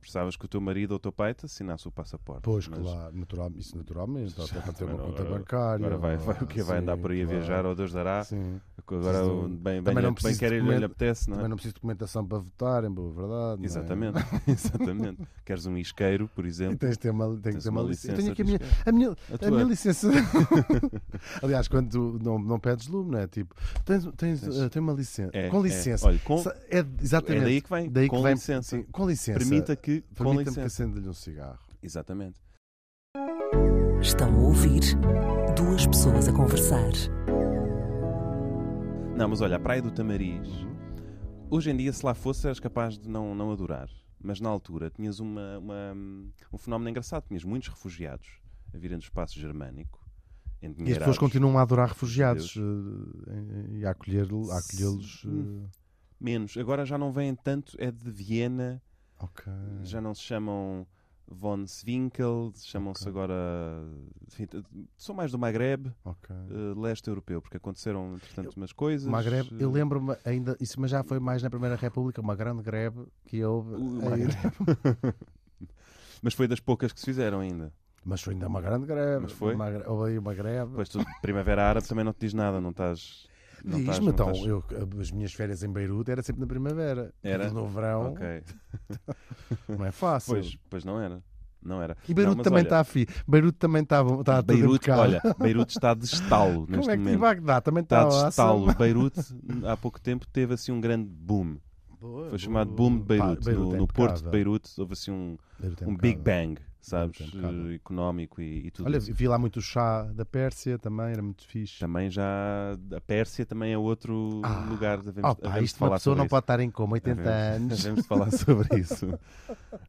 [SPEAKER 2] precisavas que o teu marido ou o teu pai te assinasse o passaporte.
[SPEAKER 4] Pois,
[SPEAKER 2] Mas
[SPEAKER 4] claro, natural, isso naturalmente,
[SPEAKER 2] Já,
[SPEAKER 4] até para ter uma
[SPEAKER 2] também não-
[SPEAKER 4] conta bancária.
[SPEAKER 2] Agora vai, vai, o que vai
[SPEAKER 4] Sim,
[SPEAKER 2] andar por aí a
[SPEAKER 4] claro.
[SPEAKER 2] viajar, ou Deus dará.
[SPEAKER 4] Sim.
[SPEAKER 2] Agora
[SPEAKER 4] Preciso-
[SPEAKER 2] bem, bem,
[SPEAKER 4] também não
[SPEAKER 2] bem,
[SPEAKER 4] preciso
[SPEAKER 2] quer
[SPEAKER 4] de
[SPEAKER 2] ir,
[SPEAKER 4] comer-
[SPEAKER 2] lhe apetece, não é?
[SPEAKER 4] Também não preciso de documentação para votar, em boa verdade. não é?
[SPEAKER 2] Exatamente, <laughs> exatamente. Queres um isqueiro, por
[SPEAKER 4] E
[SPEAKER 2] exemplo?
[SPEAKER 4] tens de ter uma, tem que
[SPEAKER 2] Tens
[SPEAKER 4] ter uma
[SPEAKER 2] uma
[SPEAKER 4] licença. Eu
[SPEAKER 2] licença
[SPEAKER 4] tenho aqui a minha,
[SPEAKER 2] de
[SPEAKER 4] a minha,
[SPEAKER 2] A
[SPEAKER 4] a minha
[SPEAKER 2] tua. <laughs>
[SPEAKER 4] licença. <laughs> Aliás, quando tu não, não pedes lume, não é? Tipo, tens, tens,
[SPEAKER 2] Tens-
[SPEAKER 4] eh, tem uma licença.
[SPEAKER 2] É,
[SPEAKER 4] com
[SPEAKER 2] é.
[SPEAKER 4] licença.
[SPEAKER 2] Olha, com-
[SPEAKER 4] Sa- É,
[SPEAKER 2] É
[SPEAKER 4] exatamente.
[SPEAKER 2] daí que vem.
[SPEAKER 4] Daí
[SPEAKER 2] com
[SPEAKER 4] que vem-
[SPEAKER 2] licença.
[SPEAKER 4] sim, com licença.
[SPEAKER 2] Permita que. Com
[SPEAKER 4] Permita-me que
[SPEAKER 2] licença.
[SPEAKER 4] acenda-lhe um cigarro.
[SPEAKER 2] Exatamente.
[SPEAKER 1] Estão a ouvir duas pessoas a conversar.
[SPEAKER 2] Não, mas olha, a Praia do Tamariz.
[SPEAKER 4] Uhum.
[SPEAKER 2] Hoje em dia, se lá fosse, eras capaz de não, não adorar. Mas na altura tinhas uma, uma- um fenómeno engraçado. Tinhas muitos refugiados a virem do espaço germânico.
[SPEAKER 4] E as pessoas continuam a adorar refugiados
[SPEAKER 2] Deus.
[SPEAKER 4] eh, e a acolher- a acolhê-los. eh,
[SPEAKER 2] Hum. Menos. Agora já não vêm tanto. É de Viena.
[SPEAKER 4] eh, ok.
[SPEAKER 2] Já não se chamam von Zwinkel. Chamam-se
[SPEAKER 4] Ok.
[SPEAKER 2] agora. Enfim, t- são mais do Maghreb.
[SPEAKER 4] ok.
[SPEAKER 2] eh, leste europeu, porque aconteceram, entretanto, umas coisas.
[SPEAKER 4] Uma greve, eu
[SPEAKER 2] eh,
[SPEAKER 4] lembro-me ainda, isso mas já foi mais na Primeira República, uma grande greve que houve.
[SPEAKER 2] o
[SPEAKER 4] aí.
[SPEAKER 2] Maghreb. <laughs> Mas foi das poucas que se fizeram ainda.
[SPEAKER 4] Mas foi ainda uma grande greve.
[SPEAKER 2] Mas foi?
[SPEAKER 4] Uma, gre- houve aí uma greve.
[SPEAKER 2] Depois tu, Primavera Árabe também não te diz nada, não estás. não estás-
[SPEAKER 4] Diz-me
[SPEAKER 2] não
[SPEAKER 4] então,
[SPEAKER 2] estás-
[SPEAKER 4] eu, as minhas férias em Beirute era sempre na primavera.
[SPEAKER 2] Era?
[SPEAKER 4] Aquilo No verão
[SPEAKER 2] Ok.
[SPEAKER 4] não é fácil.
[SPEAKER 2] Pois, pois não era. Não era.
[SPEAKER 4] E
[SPEAKER 2] Não,
[SPEAKER 4] Beirute
[SPEAKER 2] mas
[SPEAKER 4] também
[SPEAKER 2] olha,
[SPEAKER 4] está a fi. Beirute também está tá tudo
[SPEAKER 2] Beirute,
[SPEAKER 4] impecável.
[SPEAKER 2] olha, Beirute está de estalo neste
[SPEAKER 4] Como é que e
[SPEAKER 2] momento.
[SPEAKER 4] Bagdá também
[SPEAKER 2] Está
[SPEAKER 4] está
[SPEAKER 2] de
[SPEAKER 4] a
[SPEAKER 2] estalo. Beirute, há pouco tempo, teve assim um grande boom. Foi
[SPEAKER 4] Uh,
[SPEAKER 2] chamado boom de Beirute. no
[SPEAKER 4] é
[SPEAKER 2] no Porto de Beirute houve assim um, um Big Bang, sabes?
[SPEAKER 4] Beirute é impecável.
[SPEAKER 2] eh, económico e, e tudo
[SPEAKER 4] Olha,
[SPEAKER 2] isso.
[SPEAKER 4] vi lá muito chá da Pérsia também, era muito fixe.
[SPEAKER 2] Também já. A Pérsia também é outro
[SPEAKER 4] Ah,
[SPEAKER 2] lugar. Devemos,
[SPEAKER 4] Opa,
[SPEAKER 2] havemos de
[SPEAKER 4] isto uma pessoa
[SPEAKER 2] sobre
[SPEAKER 4] não
[SPEAKER 2] isso.
[SPEAKER 4] pode estar em coma 80
[SPEAKER 2] Havemos,
[SPEAKER 4] anos.
[SPEAKER 2] <laughs> havemos
[SPEAKER 4] <laughs>
[SPEAKER 2] de falar sobre isso.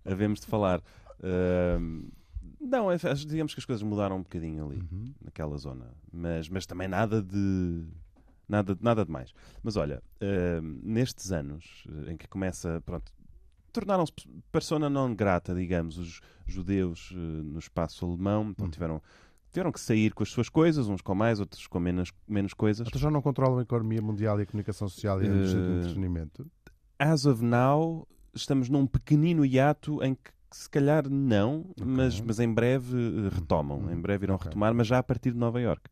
[SPEAKER 2] havemos de falar. Ahm, não, é- acho- digamos que as coisas mudaram um bocadinho ali,
[SPEAKER 4] Uhum.
[SPEAKER 2] naquela zona. Mas, mas também nada de. Nada, nada de mais. Mas olha, ahm, nestes anos eh, em que começa. Pronto, tornaram-se pe- persona non grata, digamos, os judeus eh, no espaço alemão. Então
[SPEAKER 4] Uhum.
[SPEAKER 2] tiveram. Tiveram que sair com as suas coisas, uns com mais, outros com menos, menos coisas.
[SPEAKER 4] Então já não controlam a economia mundial e a comunicação social e a indústria do
[SPEAKER 2] Eh,
[SPEAKER 4] entretenimento?
[SPEAKER 2] as of now, estamos num pequenino hiato em que se calhar não, mas, mas em breve eh, retomam,
[SPEAKER 4] Uhum.
[SPEAKER 2] em breve irão
[SPEAKER 4] Ok. Uhum.
[SPEAKER 2] retomar, mas já a partir de Nova Iorque.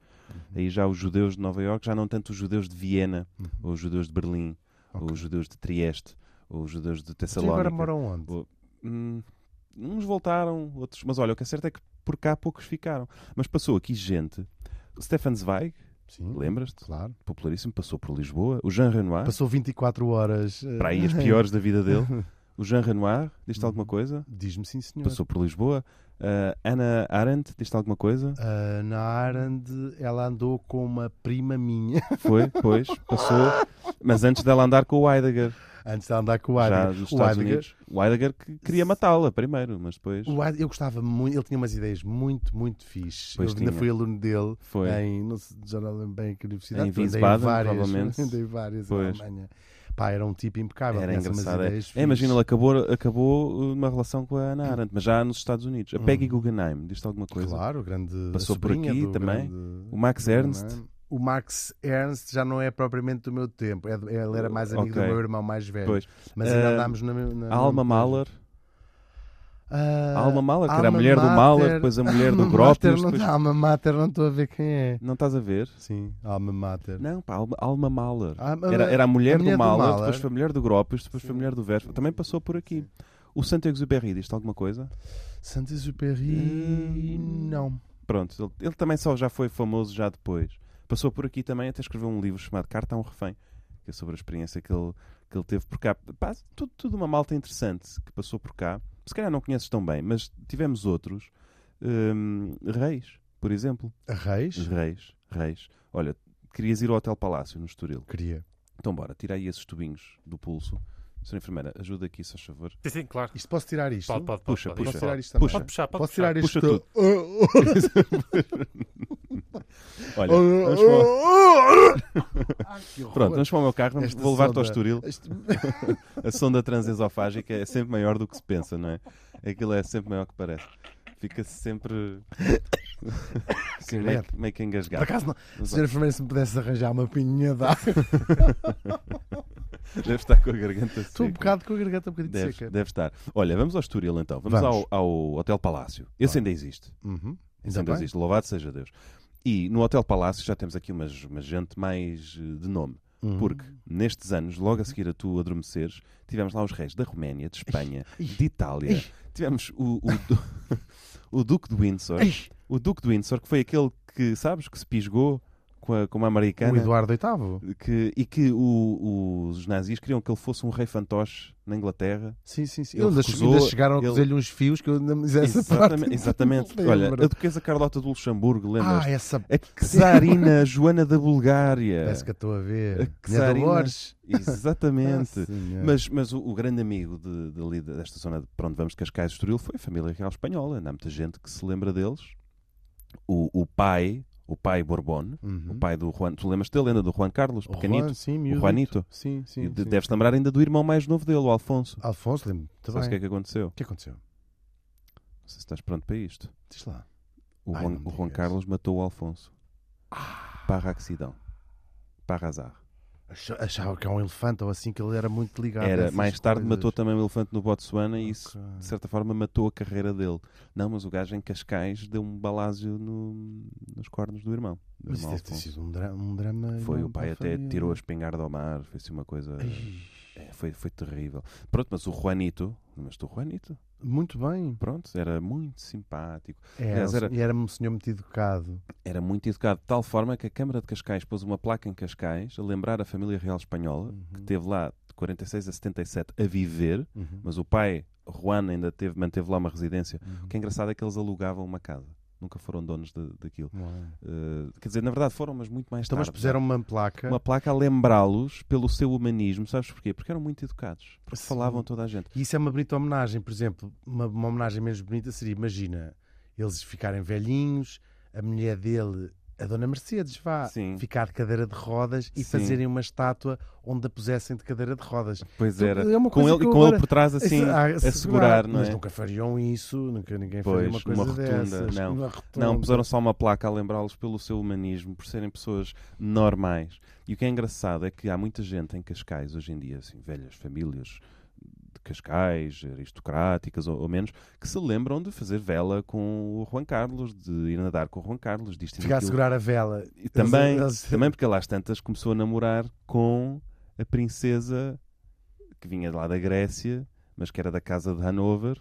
[SPEAKER 2] Aí já os judeus de Nova Iorque, já não tanto os judeus de Viena,
[SPEAKER 4] Uhum.
[SPEAKER 2] ou os judeus de Berlim, ou os judeus de Trieste, ou os judeus de
[SPEAKER 4] E agora
[SPEAKER 2] Tessalónica.
[SPEAKER 4] moram onde?
[SPEAKER 2] Ou- Hum, uns voltaram, outros, mas olha, o que é certo é que por cá poucos ficaram. Mas passou aqui gente, o Stefan Zweig,
[SPEAKER 4] Sim,
[SPEAKER 2] lembras-te?
[SPEAKER 4] claro.
[SPEAKER 2] Popularíssimo, passou por Lisboa, o Jean Renoir
[SPEAKER 4] Uhum. Passou 24 horas. eh,
[SPEAKER 2] para aí as piores da vida
[SPEAKER 4] <laughs>
[SPEAKER 2] dele. O Jean Renoir, diz-te alguma coisa?
[SPEAKER 4] Diz-me Hum. sim, senhor.
[SPEAKER 2] Passou por Lisboa. Ah, Ana Arendt, diz-te alguma coisa?
[SPEAKER 4] Ah, na Arand, ela andou com uma prima minha <laughs>
[SPEAKER 2] Foi, pois, passou. Mas antes dela andar com o Heidegger,
[SPEAKER 4] antes de andar com o
[SPEAKER 2] já
[SPEAKER 4] Heidegger.
[SPEAKER 2] dos
[SPEAKER 4] O
[SPEAKER 2] Estados
[SPEAKER 4] Heidegger,
[SPEAKER 2] Unidos. O Heidegger que queria matá-la primeiro, mas depois
[SPEAKER 4] o Heidegger- eu gostava muito, ele tinha umas ideias muito, muito fixe.
[SPEAKER 2] Pois
[SPEAKER 4] eu ainda
[SPEAKER 2] tinha.
[SPEAKER 4] fui aluno dele
[SPEAKER 2] foi.
[SPEAKER 4] em, não sei, já não lembro bem que universidade,
[SPEAKER 2] Em
[SPEAKER 4] mas andei
[SPEAKER 2] Wiesbaden,
[SPEAKER 4] várias,
[SPEAKER 2] provavelmente.
[SPEAKER 4] <laughs> andei várias na
[SPEAKER 2] Pois.
[SPEAKER 4] Alemanha. Pá, era um tipo impecável.
[SPEAKER 2] Era
[SPEAKER 4] tinha umas
[SPEAKER 2] engraçado. é.
[SPEAKER 4] ideias
[SPEAKER 2] É, imagina,
[SPEAKER 4] fixe.
[SPEAKER 2] ele acabou, acabou uma relação com a Ana Arendt, mas já nos Estados Unidos. A Peggy Guggenheim, diz-te alguma coisa?
[SPEAKER 4] Uhum. Claro, grande.
[SPEAKER 2] Passou por
[SPEAKER 4] sobrinha
[SPEAKER 2] aqui
[SPEAKER 4] do
[SPEAKER 2] também.
[SPEAKER 4] grande-
[SPEAKER 2] O Max Ernst,
[SPEAKER 4] é? O Max Ernst já não é propriamente do meu tempo. É do- Ele era mais amigo
[SPEAKER 2] Ok.
[SPEAKER 4] do meu irmão mais velho.
[SPEAKER 2] Pois.
[SPEAKER 4] Mas ainda
[SPEAKER 2] Ah,
[SPEAKER 4] andámos na, me- na
[SPEAKER 2] a Alma
[SPEAKER 4] mesma coisa.
[SPEAKER 2] Mahler,
[SPEAKER 4] Ah,
[SPEAKER 2] a Alma Mahler, que era a
[SPEAKER 4] Alma
[SPEAKER 2] mulher do Mahler,
[SPEAKER 4] Mater-
[SPEAKER 2] depois a mulher do
[SPEAKER 4] Alma
[SPEAKER 2] Gropius.
[SPEAKER 4] <laughs> Mater não-
[SPEAKER 2] depois-
[SPEAKER 4] Alma Mater, não estou a ver quem é.
[SPEAKER 2] Não estás a ver?
[SPEAKER 4] Sim, Alma Mater.
[SPEAKER 2] Não, pá, Alma, Alma Mahler.
[SPEAKER 4] Alma-
[SPEAKER 2] Era, era a mulher,
[SPEAKER 4] Ah, a mulher
[SPEAKER 2] do
[SPEAKER 4] do
[SPEAKER 2] Mahler,
[SPEAKER 4] Mahler.
[SPEAKER 2] depois foi a mulher do Gropius, depois foi a
[SPEAKER 4] Sim,
[SPEAKER 2] mulher do Verso.
[SPEAKER 4] sim,
[SPEAKER 2] Também
[SPEAKER 4] sim,
[SPEAKER 2] passou por aqui.
[SPEAKER 4] sim.
[SPEAKER 2] O Saint-Exupéry, diz-te alguma coisa?
[SPEAKER 4] Saint-Exupéry.
[SPEAKER 2] Hum.
[SPEAKER 4] Não.
[SPEAKER 2] Pronto, ele, ele também só já foi famoso já depois. Passou por aqui também, até escreveu um livro chamado Carta a um Refém, que é sobre a experiência que ele, que ele teve por cá. Pá, tudo, tudo uma malta interessante que passou por cá. Se calhar não conheces tão bem, mas tivemos outros. Hum, reis, por exemplo.
[SPEAKER 4] Reis?
[SPEAKER 2] Reis, reis. Olha, Querias ir ao Hotel Palácio, no Estoril.
[SPEAKER 4] Queria.
[SPEAKER 2] Então bora, tira aí esses tubinhos do pulso. Senhora enfermeira, ajuda aqui, se faz favor.
[SPEAKER 3] Sim, sim, claro.
[SPEAKER 4] Isto posso tirar isto?
[SPEAKER 3] Pode, pode, pode.
[SPEAKER 2] Puxa,
[SPEAKER 3] pode,
[SPEAKER 2] puxa.
[SPEAKER 3] pode.
[SPEAKER 4] Posso tirar isto também?
[SPEAKER 2] Puxa.
[SPEAKER 3] Pode puxar, pode
[SPEAKER 4] Posso
[SPEAKER 3] puxar.
[SPEAKER 4] tirar isto?
[SPEAKER 2] Puxa
[SPEAKER 4] <laughs>
[SPEAKER 2] tudo. Olha,
[SPEAKER 4] Oh,
[SPEAKER 2] vamos para o-
[SPEAKER 4] Ai, que horror.
[SPEAKER 2] pronto, vamos para o meu carro, vamos-
[SPEAKER 4] oh. Esta
[SPEAKER 2] vou levar-te ao
[SPEAKER 4] sonda-
[SPEAKER 2] Estoril.
[SPEAKER 4] Este-
[SPEAKER 2] A sonda transesofágica é sempre maior do que se pensa, não é? Aquilo é sempre maior que parece. Fica
[SPEAKER 4] <laughs>
[SPEAKER 2] sempre. assim, meio,
[SPEAKER 4] merda.
[SPEAKER 2] meio que
[SPEAKER 4] Por
[SPEAKER 2] engasgado.
[SPEAKER 4] acaso não.
[SPEAKER 2] Mas
[SPEAKER 4] Senhora Enfermeira, se me pudesse arranjar uma
[SPEAKER 2] <laughs>
[SPEAKER 4] pinha de água.
[SPEAKER 2] olha, Deve estar com a garganta seca.
[SPEAKER 4] Estou um bocado com a garganta um bocadinho
[SPEAKER 2] Deve,
[SPEAKER 4] seca.
[SPEAKER 2] deve estar. Olha, vamos ao Estoril então. Vamos,
[SPEAKER 4] Vamos.
[SPEAKER 2] Ao, ao Hotel Palácio. Esse ainda existe.
[SPEAKER 4] Uhum.
[SPEAKER 2] Esse
[SPEAKER 4] Ainda
[SPEAKER 2] ainda
[SPEAKER 4] bem.
[SPEAKER 2] existe. Louvado seja Deus. E no Hotel Palácio já temos aqui umas, uma gente mais eh, de nome.
[SPEAKER 4] Uhum.
[SPEAKER 2] Porque nestes anos, logo a seguir a tu adormeceres, tivemos lá os reis da Roménia, de Espanha, de Itália. Tivemos o, o, du- <laughs> o Duque de Windsor. O Duque de Windsor, que foi aquele que, sabes, que se pisgou com, a- com uma
[SPEAKER 4] O
[SPEAKER 2] americana.
[SPEAKER 4] Eduardo VIII?
[SPEAKER 2] Que, e que o- os nazis queriam que ele fosse um rei fantoche na Inglaterra.
[SPEAKER 4] Sim, sim, sim.
[SPEAKER 2] Ele
[SPEAKER 4] Ainda,
[SPEAKER 2] recusou,
[SPEAKER 4] ainda chegaram a
[SPEAKER 2] ele-
[SPEAKER 4] cozer-lhe uns fios que eu ainda me essa
[SPEAKER 2] Exatamente. <laughs>
[SPEAKER 4] parte.
[SPEAKER 2] exatamente.
[SPEAKER 4] Não
[SPEAKER 2] Olha,
[SPEAKER 4] lembro.
[SPEAKER 2] a Duquesa Carlota do Luxemburgo, lembras?
[SPEAKER 4] Ah, essa
[SPEAKER 2] a Czarina <laughs> Joana da Bulgária.
[SPEAKER 4] parece que eu estou a ver.
[SPEAKER 2] A
[SPEAKER 4] Minha
[SPEAKER 2] Czarina.
[SPEAKER 4] Dolores.
[SPEAKER 2] Exatamente.
[SPEAKER 4] Ah, senhor.
[SPEAKER 2] Mas, mas o, o grande amigo de, de ali desta zona de- para onde vamos, Cascais de Estoril, foi a família real espanhola. Ainda Há muita gente que se lembra deles. O, o pai, o pai Borbón,
[SPEAKER 4] Uhum.
[SPEAKER 2] o pai do Juan, tu lembras-te da lenda do Juan Carlos,
[SPEAKER 4] O
[SPEAKER 2] pequenito?
[SPEAKER 4] Juan, sim,
[SPEAKER 2] o
[SPEAKER 4] miúdito.
[SPEAKER 2] Juanito.
[SPEAKER 4] Sim,
[SPEAKER 2] E
[SPEAKER 4] sim.
[SPEAKER 2] de-
[SPEAKER 4] sim.
[SPEAKER 2] Deves lembrar ainda do irmão mais novo dele, o Alfonso.
[SPEAKER 4] Alfonso, lembro-me. Tá
[SPEAKER 2] Sabes o que é
[SPEAKER 4] bem.
[SPEAKER 2] que aconteceu?
[SPEAKER 4] O que aconteceu?
[SPEAKER 2] Não sei se estás pronto para isto.
[SPEAKER 4] Diz lá.
[SPEAKER 2] O,
[SPEAKER 4] Ai,
[SPEAKER 2] Juan,
[SPEAKER 4] não me
[SPEAKER 2] o Juan
[SPEAKER 4] digas. Ah.
[SPEAKER 2] Carlos matou o Alfonso. Para accidão. Para azar.
[SPEAKER 4] Acha- Achava que era um elefante ou assim, que ele era muito ligado. a
[SPEAKER 2] Era,
[SPEAKER 4] essas
[SPEAKER 2] mais tarde
[SPEAKER 4] coisas.
[SPEAKER 2] matou também o elefante no Botsuana e isso
[SPEAKER 4] Ok.
[SPEAKER 2] de certa forma matou a carreira dele. Não, mas o gajo em Cascais deu um balásio no- nos cornos do irmão. Do
[SPEAKER 4] Mas isso
[SPEAKER 2] irmão
[SPEAKER 4] deve ter
[SPEAKER 2] Alfonso.
[SPEAKER 4] sido um, dra um drama.
[SPEAKER 2] Foi
[SPEAKER 4] enorme
[SPEAKER 2] o pai
[SPEAKER 4] para a
[SPEAKER 2] até
[SPEAKER 4] família.
[SPEAKER 2] tirou a espingarda ao mar, foi assim uma coisa.
[SPEAKER 4] Ai,
[SPEAKER 2] é, foi, foi terrível. Pronto, mas o Juanito, mas o Juanito,
[SPEAKER 4] Muito bem.
[SPEAKER 2] pronto, era muito simpático,
[SPEAKER 4] Era,
[SPEAKER 2] Aliás, era-
[SPEAKER 4] E era um senhor muito educado.
[SPEAKER 2] era muito educado, de tal forma que a Câmara de Cascais pôs uma placa em Cascais a lembrar a família real espanhola, que teve lá de 46 a 77 a viver,
[SPEAKER 4] Uhum.
[SPEAKER 2] mas o pai, Juan, ainda teve, manteve lá uma residência.
[SPEAKER 4] Uhum.
[SPEAKER 2] O que é engraçado é que eles alugavam uma casa, nunca foram donos de- daquilo.
[SPEAKER 4] Uau.
[SPEAKER 2] Uh, quer dizer, na verdade foram, mas muito mais
[SPEAKER 4] Então, mas
[SPEAKER 2] tarde.
[SPEAKER 4] puseram uma placa.
[SPEAKER 2] uma placa a lembrá-los pelo seu humanismo, sabes porquê? Porque eram muito educados, porque
[SPEAKER 4] Sim.
[SPEAKER 2] falavam a toda a gente.
[SPEAKER 4] E isso é uma bonita homenagem, por exemplo, uma, uma homenagem menos bonita seria, imagina, eles ficarem velhinhos, a mulher dele, a dona Mercedes, vá,
[SPEAKER 2] Sim.
[SPEAKER 4] ficar de cadeira de rodas e
[SPEAKER 2] Sim.
[SPEAKER 4] fazerem uma estátua onde a pusessem de cadeira de rodas.
[SPEAKER 2] Pois
[SPEAKER 4] É
[SPEAKER 2] era,
[SPEAKER 4] uma
[SPEAKER 2] com
[SPEAKER 4] coisa
[SPEAKER 2] ele,
[SPEAKER 4] que eu
[SPEAKER 2] com ele
[SPEAKER 4] agora-
[SPEAKER 2] por trás assim,
[SPEAKER 4] Isso, ah,
[SPEAKER 2] a segurar, não
[SPEAKER 4] Mas
[SPEAKER 2] é?
[SPEAKER 4] nunca fariam isso, nunca ninguém faria
[SPEAKER 2] Pois,
[SPEAKER 4] uma coisa
[SPEAKER 2] numa rotunda,
[SPEAKER 4] dessas.
[SPEAKER 2] não.
[SPEAKER 4] numa rotunda.
[SPEAKER 2] Não, puseram só uma placa a lembrá-los pelo seu humanismo, por serem pessoas normais. E o que é engraçado é que há muita gente em Cascais hoje em dia, assim, velhas famílias de Cascais, aristocráticas ou, ou menos, que se lembram de fazer vela com o Juan Carlos, de ir nadar com o Juan Carlos, disto e
[SPEAKER 4] Ficar a
[SPEAKER 2] daquilo.
[SPEAKER 4] segurar a vela.
[SPEAKER 2] E também,
[SPEAKER 4] Eles- eles-
[SPEAKER 2] também porque lá às tantas começou a namorar com a princesa que vinha lá da Grécia, mas que era da casa de Hanover,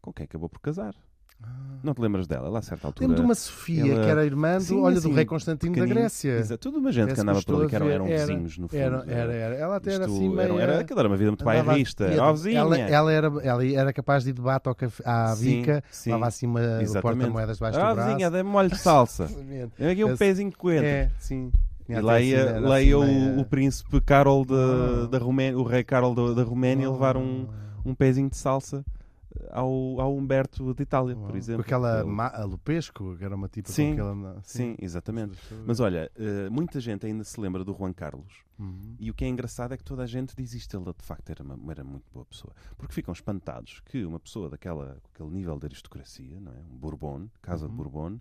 [SPEAKER 2] com quem acabou por casar.
[SPEAKER 4] Ah.
[SPEAKER 2] Não te lembras dela? Ela a certa altura.
[SPEAKER 4] Lembro de uma Sofia,
[SPEAKER 2] ela-
[SPEAKER 4] que era irmã do,
[SPEAKER 2] Sim,
[SPEAKER 4] olha,
[SPEAKER 2] assim,
[SPEAKER 4] do rei Constantino da
[SPEAKER 2] pequenino.
[SPEAKER 4] Grécia.
[SPEAKER 2] Exato, é tudo uma gente que
[SPEAKER 4] Parece que
[SPEAKER 2] andava por
[SPEAKER 4] estou
[SPEAKER 2] ali,
[SPEAKER 4] a
[SPEAKER 2] que eram,
[SPEAKER 4] ver.
[SPEAKER 2] eram
[SPEAKER 4] É. Era-
[SPEAKER 2] vizinhos no fundo. é.
[SPEAKER 4] Era, era, era. Ela até era
[SPEAKER 2] Isto
[SPEAKER 4] assim meio.
[SPEAKER 2] eram- era- aquilo era uma vida muito
[SPEAKER 4] andava
[SPEAKER 2] bairrista.
[SPEAKER 4] a-
[SPEAKER 2] Ó, vizinha!
[SPEAKER 4] Ela, ela, era, ela era capaz de ir de bate ao café, à
[SPEAKER 2] Sim,
[SPEAKER 4] bica,
[SPEAKER 2] sim.
[SPEAKER 4] levava assim uma
[SPEAKER 2] Exatamente.
[SPEAKER 4] porta-moedas debaixo
[SPEAKER 2] Ó,
[SPEAKER 4] do braço.
[SPEAKER 2] vizinha, dê-me um molho de
[SPEAKER 4] <laughs>
[SPEAKER 2] salsa.
[SPEAKER 4] Exatamente.
[SPEAKER 2] Eu aqui um
[SPEAKER 4] Esse-
[SPEAKER 2] pezinho que entra.
[SPEAKER 4] É, assim sim.
[SPEAKER 2] E lá ia, lá ia o, o príncipe Carol da,
[SPEAKER 4] é. Ah.
[SPEAKER 2] da Roménia, o rei Carol da, da Roménia, levar um, um pezinho de salsa ao, ao Humberto de Itália, por exemplo.
[SPEAKER 4] Com aquela
[SPEAKER 2] Ele-
[SPEAKER 4] ma- a Lupesco, que era uma tipo
[SPEAKER 2] Sim,
[SPEAKER 4] com aquela.
[SPEAKER 2] Sim, exatamente. Mas olha, eh, muita gente ainda se lembra do Juan Carlos.
[SPEAKER 4] Uhum.
[SPEAKER 2] E o que é engraçado é que toda a gente diz isto. Ele de facto era, uma, era muito boa pessoa. Porque ficam espantados que uma pessoa daquela, com aquele nível de aristocracia, não é? um Bourbon, Casa de
[SPEAKER 4] Uhum.
[SPEAKER 2] Bourbon,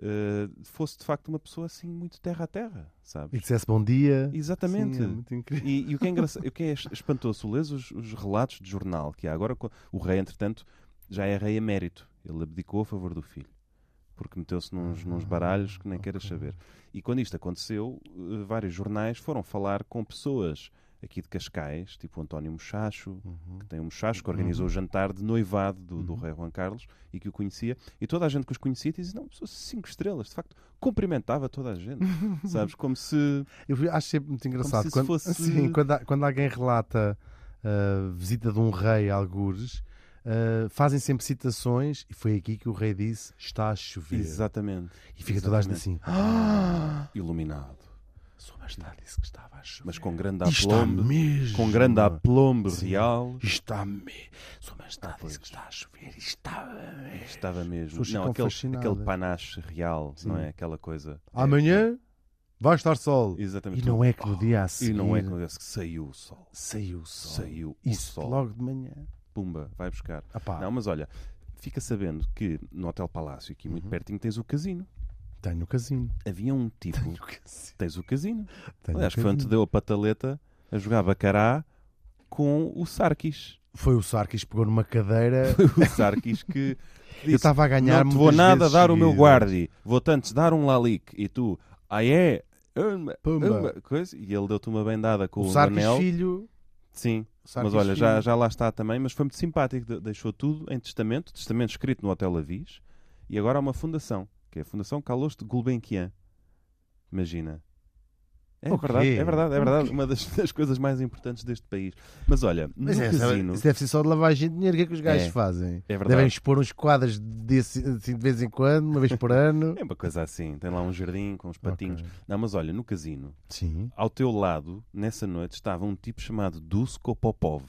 [SPEAKER 2] eh, fosse de facto uma pessoa assim muito terra a terra,
[SPEAKER 4] E
[SPEAKER 2] sabes?
[SPEAKER 4] dissesse bom dia.
[SPEAKER 2] Exatamente.
[SPEAKER 4] Sim, é muito incrível.
[SPEAKER 2] E, e o que é, engraça- o que é es- espantoso, lês os, os relatos de jornal que há agora, co- o rei, entretanto, já é rei emérito. Ele abdicou a favor do filho, porque meteu-se nos, nos baralhos que nem queiras saber. E quando isto aconteceu, eh, vários jornais foram falar com pessoas aqui de Cascais, tipo o António Muchacho,
[SPEAKER 4] Uhum.
[SPEAKER 2] que tem um Muchacho, que organizou o jantar de noivado do, do rei Juan Carlos e que o conhecia. E toda a gente que os conhecia dizia, não, pessoas cinco estrelas, de facto, cumprimentava toda a gente, sabes? Como se...
[SPEAKER 4] Eu vi- acho sempre muito engraçado
[SPEAKER 2] se isso
[SPEAKER 4] quando,
[SPEAKER 2] fosse-
[SPEAKER 4] <laughs> sim, quando, há- quando alguém relata a visita de um rei a algures, ah, fazem sempre citações e foi aqui que o rei disse está a chover.
[SPEAKER 2] Exatamente.
[SPEAKER 4] E fica toda a gente assim.
[SPEAKER 2] iluminado.
[SPEAKER 4] Sou bastante, disse que estava a chover.
[SPEAKER 2] Mas com grande
[SPEAKER 4] E está
[SPEAKER 2] aplombo.
[SPEAKER 4] mesmo.
[SPEAKER 2] Com grande aplombo
[SPEAKER 4] Sim.
[SPEAKER 2] real.
[SPEAKER 4] Está mesmo. Sou bastante,
[SPEAKER 2] pois.
[SPEAKER 4] disse que está a chover. E está mesmo.
[SPEAKER 2] Estava mesmo.
[SPEAKER 4] pessoas
[SPEAKER 2] Não,
[SPEAKER 4] ficam
[SPEAKER 2] aquele,
[SPEAKER 4] fascinadas.
[SPEAKER 2] aquele panache real, não
[SPEAKER 4] Sim.
[SPEAKER 2] é? Aquela coisa.
[SPEAKER 4] Amanhã vai estar sol. E
[SPEAKER 2] Exatamente.
[SPEAKER 4] não é que no dia a seguir
[SPEAKER 2] E não é como que saiu o sol.
[SPEAKER 4] saiu o sol.
[SPEAKER 2] Saiu o
[SPEAKER 4] Isso
[SPEAKER 2] sol.
[SPEAKER 4] logo de manhã.
[SPEAKER 2] Pumba, vai buscar.
[SPEAKER 4] Apá,
[SPEAKER 2] Não, mas olha, fica sabendo que no Hotel Palácio, aqui
[SPEAKER 4] Uhum.
[SPEAKER 2] muito pertinho, tens o casino.
[SPEAKER 4] tenho o casino.
[SPEAKER 2] Havia um tipo.
[SPEAKER 4] Tenho o casino.
[SPEAKER 2] Tens o casino.
[SPEAKER 4] Tenho
[SPEAKER 2] Aliás,
[SPEAKER 4] o casino.
[SPEAKER 2] Fante deu a pataleta a jogar bacará com o
[SPEAKER 4] <laughs>
[SPEAKER 2] Sarkis.
[SPEAKER 4] Foi o Sarkis que pegou
[SPEAKER 2] <laughs>
[SPEAKER 4] numa cadeira.
[SPEAKER 2] O Sarkis que
[SPEAKER 4] Eu
[SPEAKER 2] disse,
[SPEAKER 4] estava a ganhar
[SPEAKER 2] não te
[SPEAKER 4] muitas
[SPEAKER 2] vou nada
[SPEAKER 4] vezes
[SPEAKER 2] dar o meu
[SPEAKER 4] seguidas.
[SPEAKER 2] guardi, vou-te antes dar um lalique. E tu, ah é? Uma,
[SPEAKER 4] Pumba.
[SPEAKER 2] uma coisa. E ele deu-te uma bendada com
[SPEAKER 4] O
[SPEAKER 2] o,
[SPEAKER 4] Sarkis
[SPEAKER 2] anel.
[SPEAKER 4] filho.
[SPEAKER 2] Sim,
[SPEAKER 4] o Sarkis
[SPEAKER 2] mas olha, já,
[SPEAKER 4] filho.
[SPEAKER 2] já lá está também, mas foi muito simpático, de- deixou tudo em testamento, testamento escrito no Hotel Avis, e agora há uma fundação, que é a Fundação Calouste de Gulbenkian. Imagina. É
[SPEAKER 4] O
[SPEAKER 2] verdade,
[SPEAKER 4] quê?
[SPEAKER 2] é verdade, é verdade, uma das, das coisas mais importantes deste país. Mas olha, no
[SPEAKER 4] Mas é,
[SPEAKER 2] casino,
[SPEAKER 4] isso deve ser só de lavagem de dinheiro. O que é que os gajos
[SPEAKER 2] É.
[SPEAKER 4] fazem?
[SPEAKER 2] é verdade,
[SPEAKER 4] Devem expor uns quadros desse- assim, de vez em quando, uma vez por ano.
[SPEAKER 2] é uma coisa assim, tem lá um jardim com uns <laughs> patinhos.
[SPEAKER 4] Ok.
[SPEAKER 2] Não, mas olha, no casino,
[SPEAKER 4] Sim.
[SPEAKER 2] ao teu lado, nessa noite, estava um tipo chamado Dusko Popov,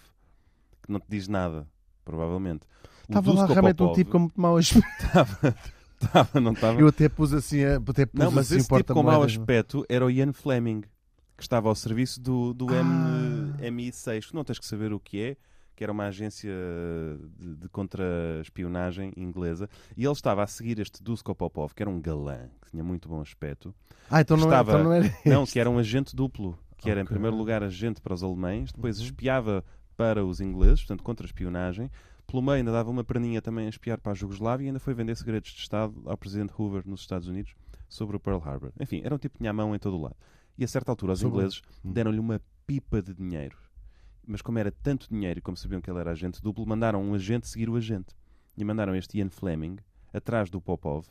[SPEAKER 2] que não te diz nada, provavelmente. O
[SPEAKER 4] Estava lá
[SPEAKER 2] Dusko
[SPEAKER 4] realmente um
[SPEAKER 2] Popov-
[SPEAKER 4] tipo com muito mau aspecto.
[SPEAKER 2] <laughs> Estava, estava, não estava.
[SPEAKER 4] Eu até pus assim, a- até pus
[SPEAKER 2] Não, mas
[SPEAKER 4] assim o
[SPEAKER 2] esse tipo com mau
[SPEAKER 4] porta-moedas.
[SPEAKER 2] aspecto era o Ian Fleming, que estava ao serviço do, do M-
[SPEAKER 4] Ah.
[SPEAKER 2] MI6. Tu não tens que saber o que é, que era uma agência de, de contra-espionagem inglesa. E ele estava a seguir este Dusko Popov, que era um galã, que tinha muito bom aspecto.
[SPEAKER 4] Ah, então não,
[SPEAKER 2] Estava-
[SPEAKER 4] então não era. <laughs>
[SPEAKER 2] Não, que era um agente duplo, que era em
[SPEAKER 4] Ok.
[SPEAKER 2] primeiro lugar agente para os alemães, depois espiava para os ingleses, portanto contra-espionagem. Pelo meio ainda dava uma perninha também a espiar para a Jugoslávia e ainda foi vender segredos de Estado ao presidente Hoover nos Estados Unidos sobre o Pearl Harbor. Enfim, era um tipo que tinha a mão em todo o lado. E a certa altura os
[SPEAKER 4] Sobre-
[SPEAKER 2] ingleses
[SPEAKER 4] Hum.
[SPEAKER 2] deram-lhe uma pipa de dinheiro. Mas como era tanto dinheiro e como sabiam que ele era agente duplo, mandaram um agente seguir o agente. E mandaram este Ian Fleming atrás do Popov.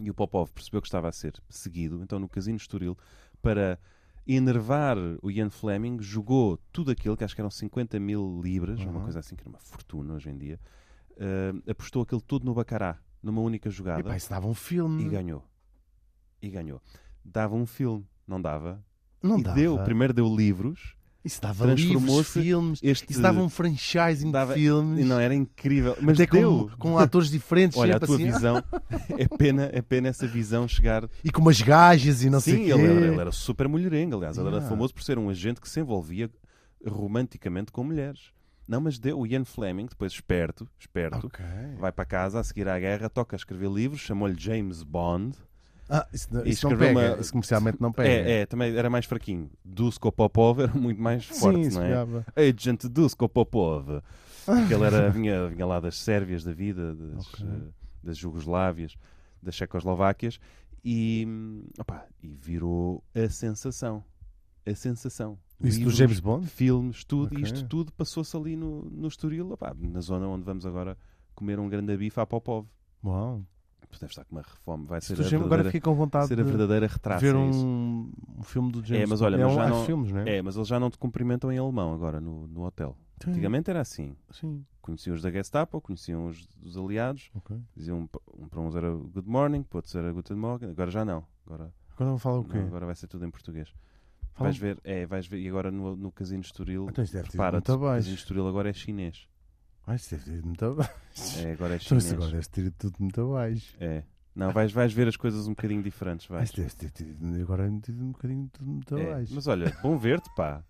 [SPEAKER 2] E o Popov percebeu que estava a ser seguido, então no Casino Estoril, para enervar o Ian Fleming, jogou tudo aquilo, que acho que eram 50 mil libras,
[SPEAKER 4] Uhum.
[SPEAKER 2] uma coisa assim que era uma fortuna hoje em dia, ah, apostou aquilo tudo no Bacará, numa única jogada
[SPEAKER 4] Epá, isso dava um
[SPEAKER 2] e
[SPEAKER 4] filme.
[SPEAKER 2] ganhou. E ganhou. Dava um filme, não dava?
[SPEAKER 4] Não
[SPEAKER 2] e
[SPEAKER 4] dava.
[SPEAKER 2] deu, primeiro deu livros.
[SPEAKER 4] Isso dava livros,
[SPEAKER 2] transformou-se
[SPEAKER 4] filmes.
[SPEAKER 2] Este
[SPEAKER 4] Isso dava um franchising
[SPEAKER 2] dava-
[SPEAKER 4] de
[SPEAKER 2] e
[SPEAKER 4] filmes.
[SPEAKER 2] não era incrível, mas
[SPEAKER 4] até
[SPEAKER 2] deu.
[SPEAKER 4] com, com atores diferentes.
[SPEAKER 2] Olha, a
[SPEAKER 4] sempre
[SPEAKER 2] tua
[SPEAKER 4] assim,
[SPEAKER 2] visão,
[SPEAKER 4] <laughs>
[SPEAKER 2] é pena, é pena essa visão chegar.
[SPEAKER 4] ah, E com umas gajas e não
[SPEAKER 2] Sim, ele
[SPEAKER 4] sei
[SPEAKER 2] é
[SPEAKER 4] quê.
[SPEAKER 2] era, ele era super mulherengo, aliás, ele era
[SPEAKER 4] Yeah.
[SPEAKER 2] famoso por ser um agente que se envolvia romanticamente com mulheres. Não, mas deu o Ian Fleming, depois esperto, esperto,
[SPEAKER 4] Ok.
[SPEAKER 2] vai para casa a seguir à guerra, toca a escrever livros, chamou-lhe James Bond.
[SPEAKER 4] Ah, isso, não-
[SPEAKER 2] E
[SPEAKER 4] isso não
[SPEAKER 2] escreveu
[SPEAKER 4] pega.
[SPEAKER 2] uma-
[SPEAKER 4] Isso comercialmente não pega.
[SPEAKER 2] É, é, também era mais fraquinho. Dusko Popov era muito mais
[SPEAKER 4] Sim,
[SPEAKER 2] forte,
[SPEAKER 4] isso
[SPEAKER 2] não é?
[SPEAKER 4] pegava.
[SPEAKER 2] Agent Dusko Popov. Que ele
[SPEAKER 4] <laughs>
[SPEAKER 2] era, vinha, vinha lá das Sérvias da vida, das,
[SPEAKER 4] Ok.
[SPEAKER 2] eh, das Jugoslávias, das Checoslováquias e, hum, opá, e virou a sensação. A sensação.
[SPEAKER 4] Isso do
[SPEAKER 2] Livros,
[SPEAKER 4] James Bond?
[SPEAKER 2] Filmes, tudo.
[SPEAKER 4] Ok.
[SPEAKER 2] E isto tudo passou-se ali no, no Estoril, opá, na zona onde vamos agora comer um grande bife à Popov.
[SPEAKER 4] Uau.
[SPEAKER 2] Tu deves estar com uma reforma, vai
[SPEAKER 4] Isso
[SPEAKER 2] ser
[SPEAKER 4] do
[SPEAKER 2] a
[SPEAKER 4] James- Agora
[SPEAKER 2] verdadeira,
[SPEAKER 4] fiquei com vontade
[SPEAKER 2] ser a
[SPEAKER 4] de
[SPEAKER 2] verdadeira retraça.
[SPEAKER 4] ver
[SPEAKER 2] é isso.
[SPEAKER 4] um, um filme do James
[SPEAKER 2] É, mas
[SPEAKER 4] Bond.
[SPEAKER 2] olha,
[SPEAKER 4] é
[SPEAKER 2] mas
[SPEAKER 4] um,
[SPEAKER 2] já
[SPEAKER 4] há
[SPEAKER 2] não-
[SPEAKER 4] filmes, não é?
[SPEAKER 2] É, mas eles já não te cumprimentam em alemão agora no, no hotel.
[SPEAKER 4] Sim,
[SPEAKER 2] Antigamente era assim.
[SPEAKER 4] Sim.
[SPEAKER 2] Conheciam os da Gestapo, conheciam os dos aliados,
[SPEAKER 4] ok.
[SPEAKER 2] diziam um, pa- um para uns era good morning, para outros era guten morgen, agora já não. Agora,
[SPEAKER 4] Agora vou falar o quê?
[SPEAKER 2] não, agora vai ser tudo em português.
[SPEAKER 4] Fala- um
[SPEAKER 2] Vais ver, é, vais ver, e agora no, no Casino Estoril,
[SPEAKER 4] Então isso deve ter ido
[SPEAKER 2] prepara-te,
[SPEAKER 4] muito
[SPEAKER 2] o Casino
[SPEAKER 4] abaixo.
[SPEAKER 2] Estoril agora é chinês.
[SPEAKER 4] Ah, isso deve ter ido muito abaixo.
[SPEAKER 2] É, agora é
[SPEAKER 4] Então isso
[SPEAKER 2] chinês.
[SPEAKER 4] agora deve ter ido tudo muito abaixo.
[SPEAKER 2] É. Não, vais, vais ver as coisas um bocadinho diferentes,
[SPEAKER 4] Ah,
[SPEAKER 2] vais.
[SPEAKER 4] isso deve ter ido agora deve ter ido um bocadinho tudo muito
[SPEAKER 2] É,
[SPEAKER 4] abaixo.
[SPEAKER 2] Mas olha, bom ver-te, pá.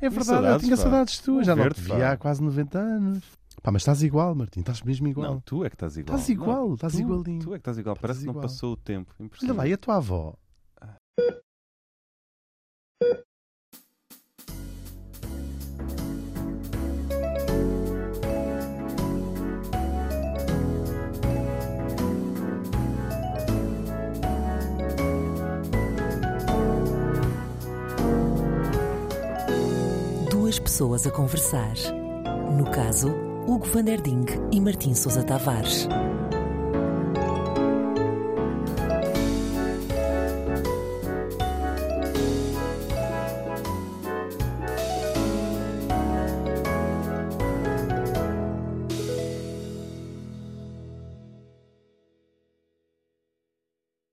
[SPEAKER 4] É verdade, eu
[SPEAKER 2] saudades,
[SPEAKER 4] tinha
[SPEAKER 2] pá.
[SPEAKER 4] saudades tuas, já não te
[SPEAKER 2] Verde, pá.
[SPEAKER 4] via há quase 90 anos. Pá, mas estás igual, Martim, estás mesmo igual.
[SPEAKER 2] Não, tu é que estás igual.
[SPEAKER 4] Estás igual,
[SPEAKER 2] Não,
[SPEAKER 4] estás
[SPEAKER 2] tu-
[SPEAKER 4] igualinho.
[SPEAKER 2] Tu é que estás igual,
[SPEAKER 4] Estás
[SPEAKER 2] parece que não
[SPEAKER 4] igual.
[SPEAKER 2] passou o tempo.
[SPEAKER 4] Olha
[SPEAKER 2] Impressionante.
[SPEAKER 4] lá, e a tua avó?
[SPEAKER 1] Duas pessoas a conversar. No caso, Hugo van der Ding e Martim Sousa Tavares.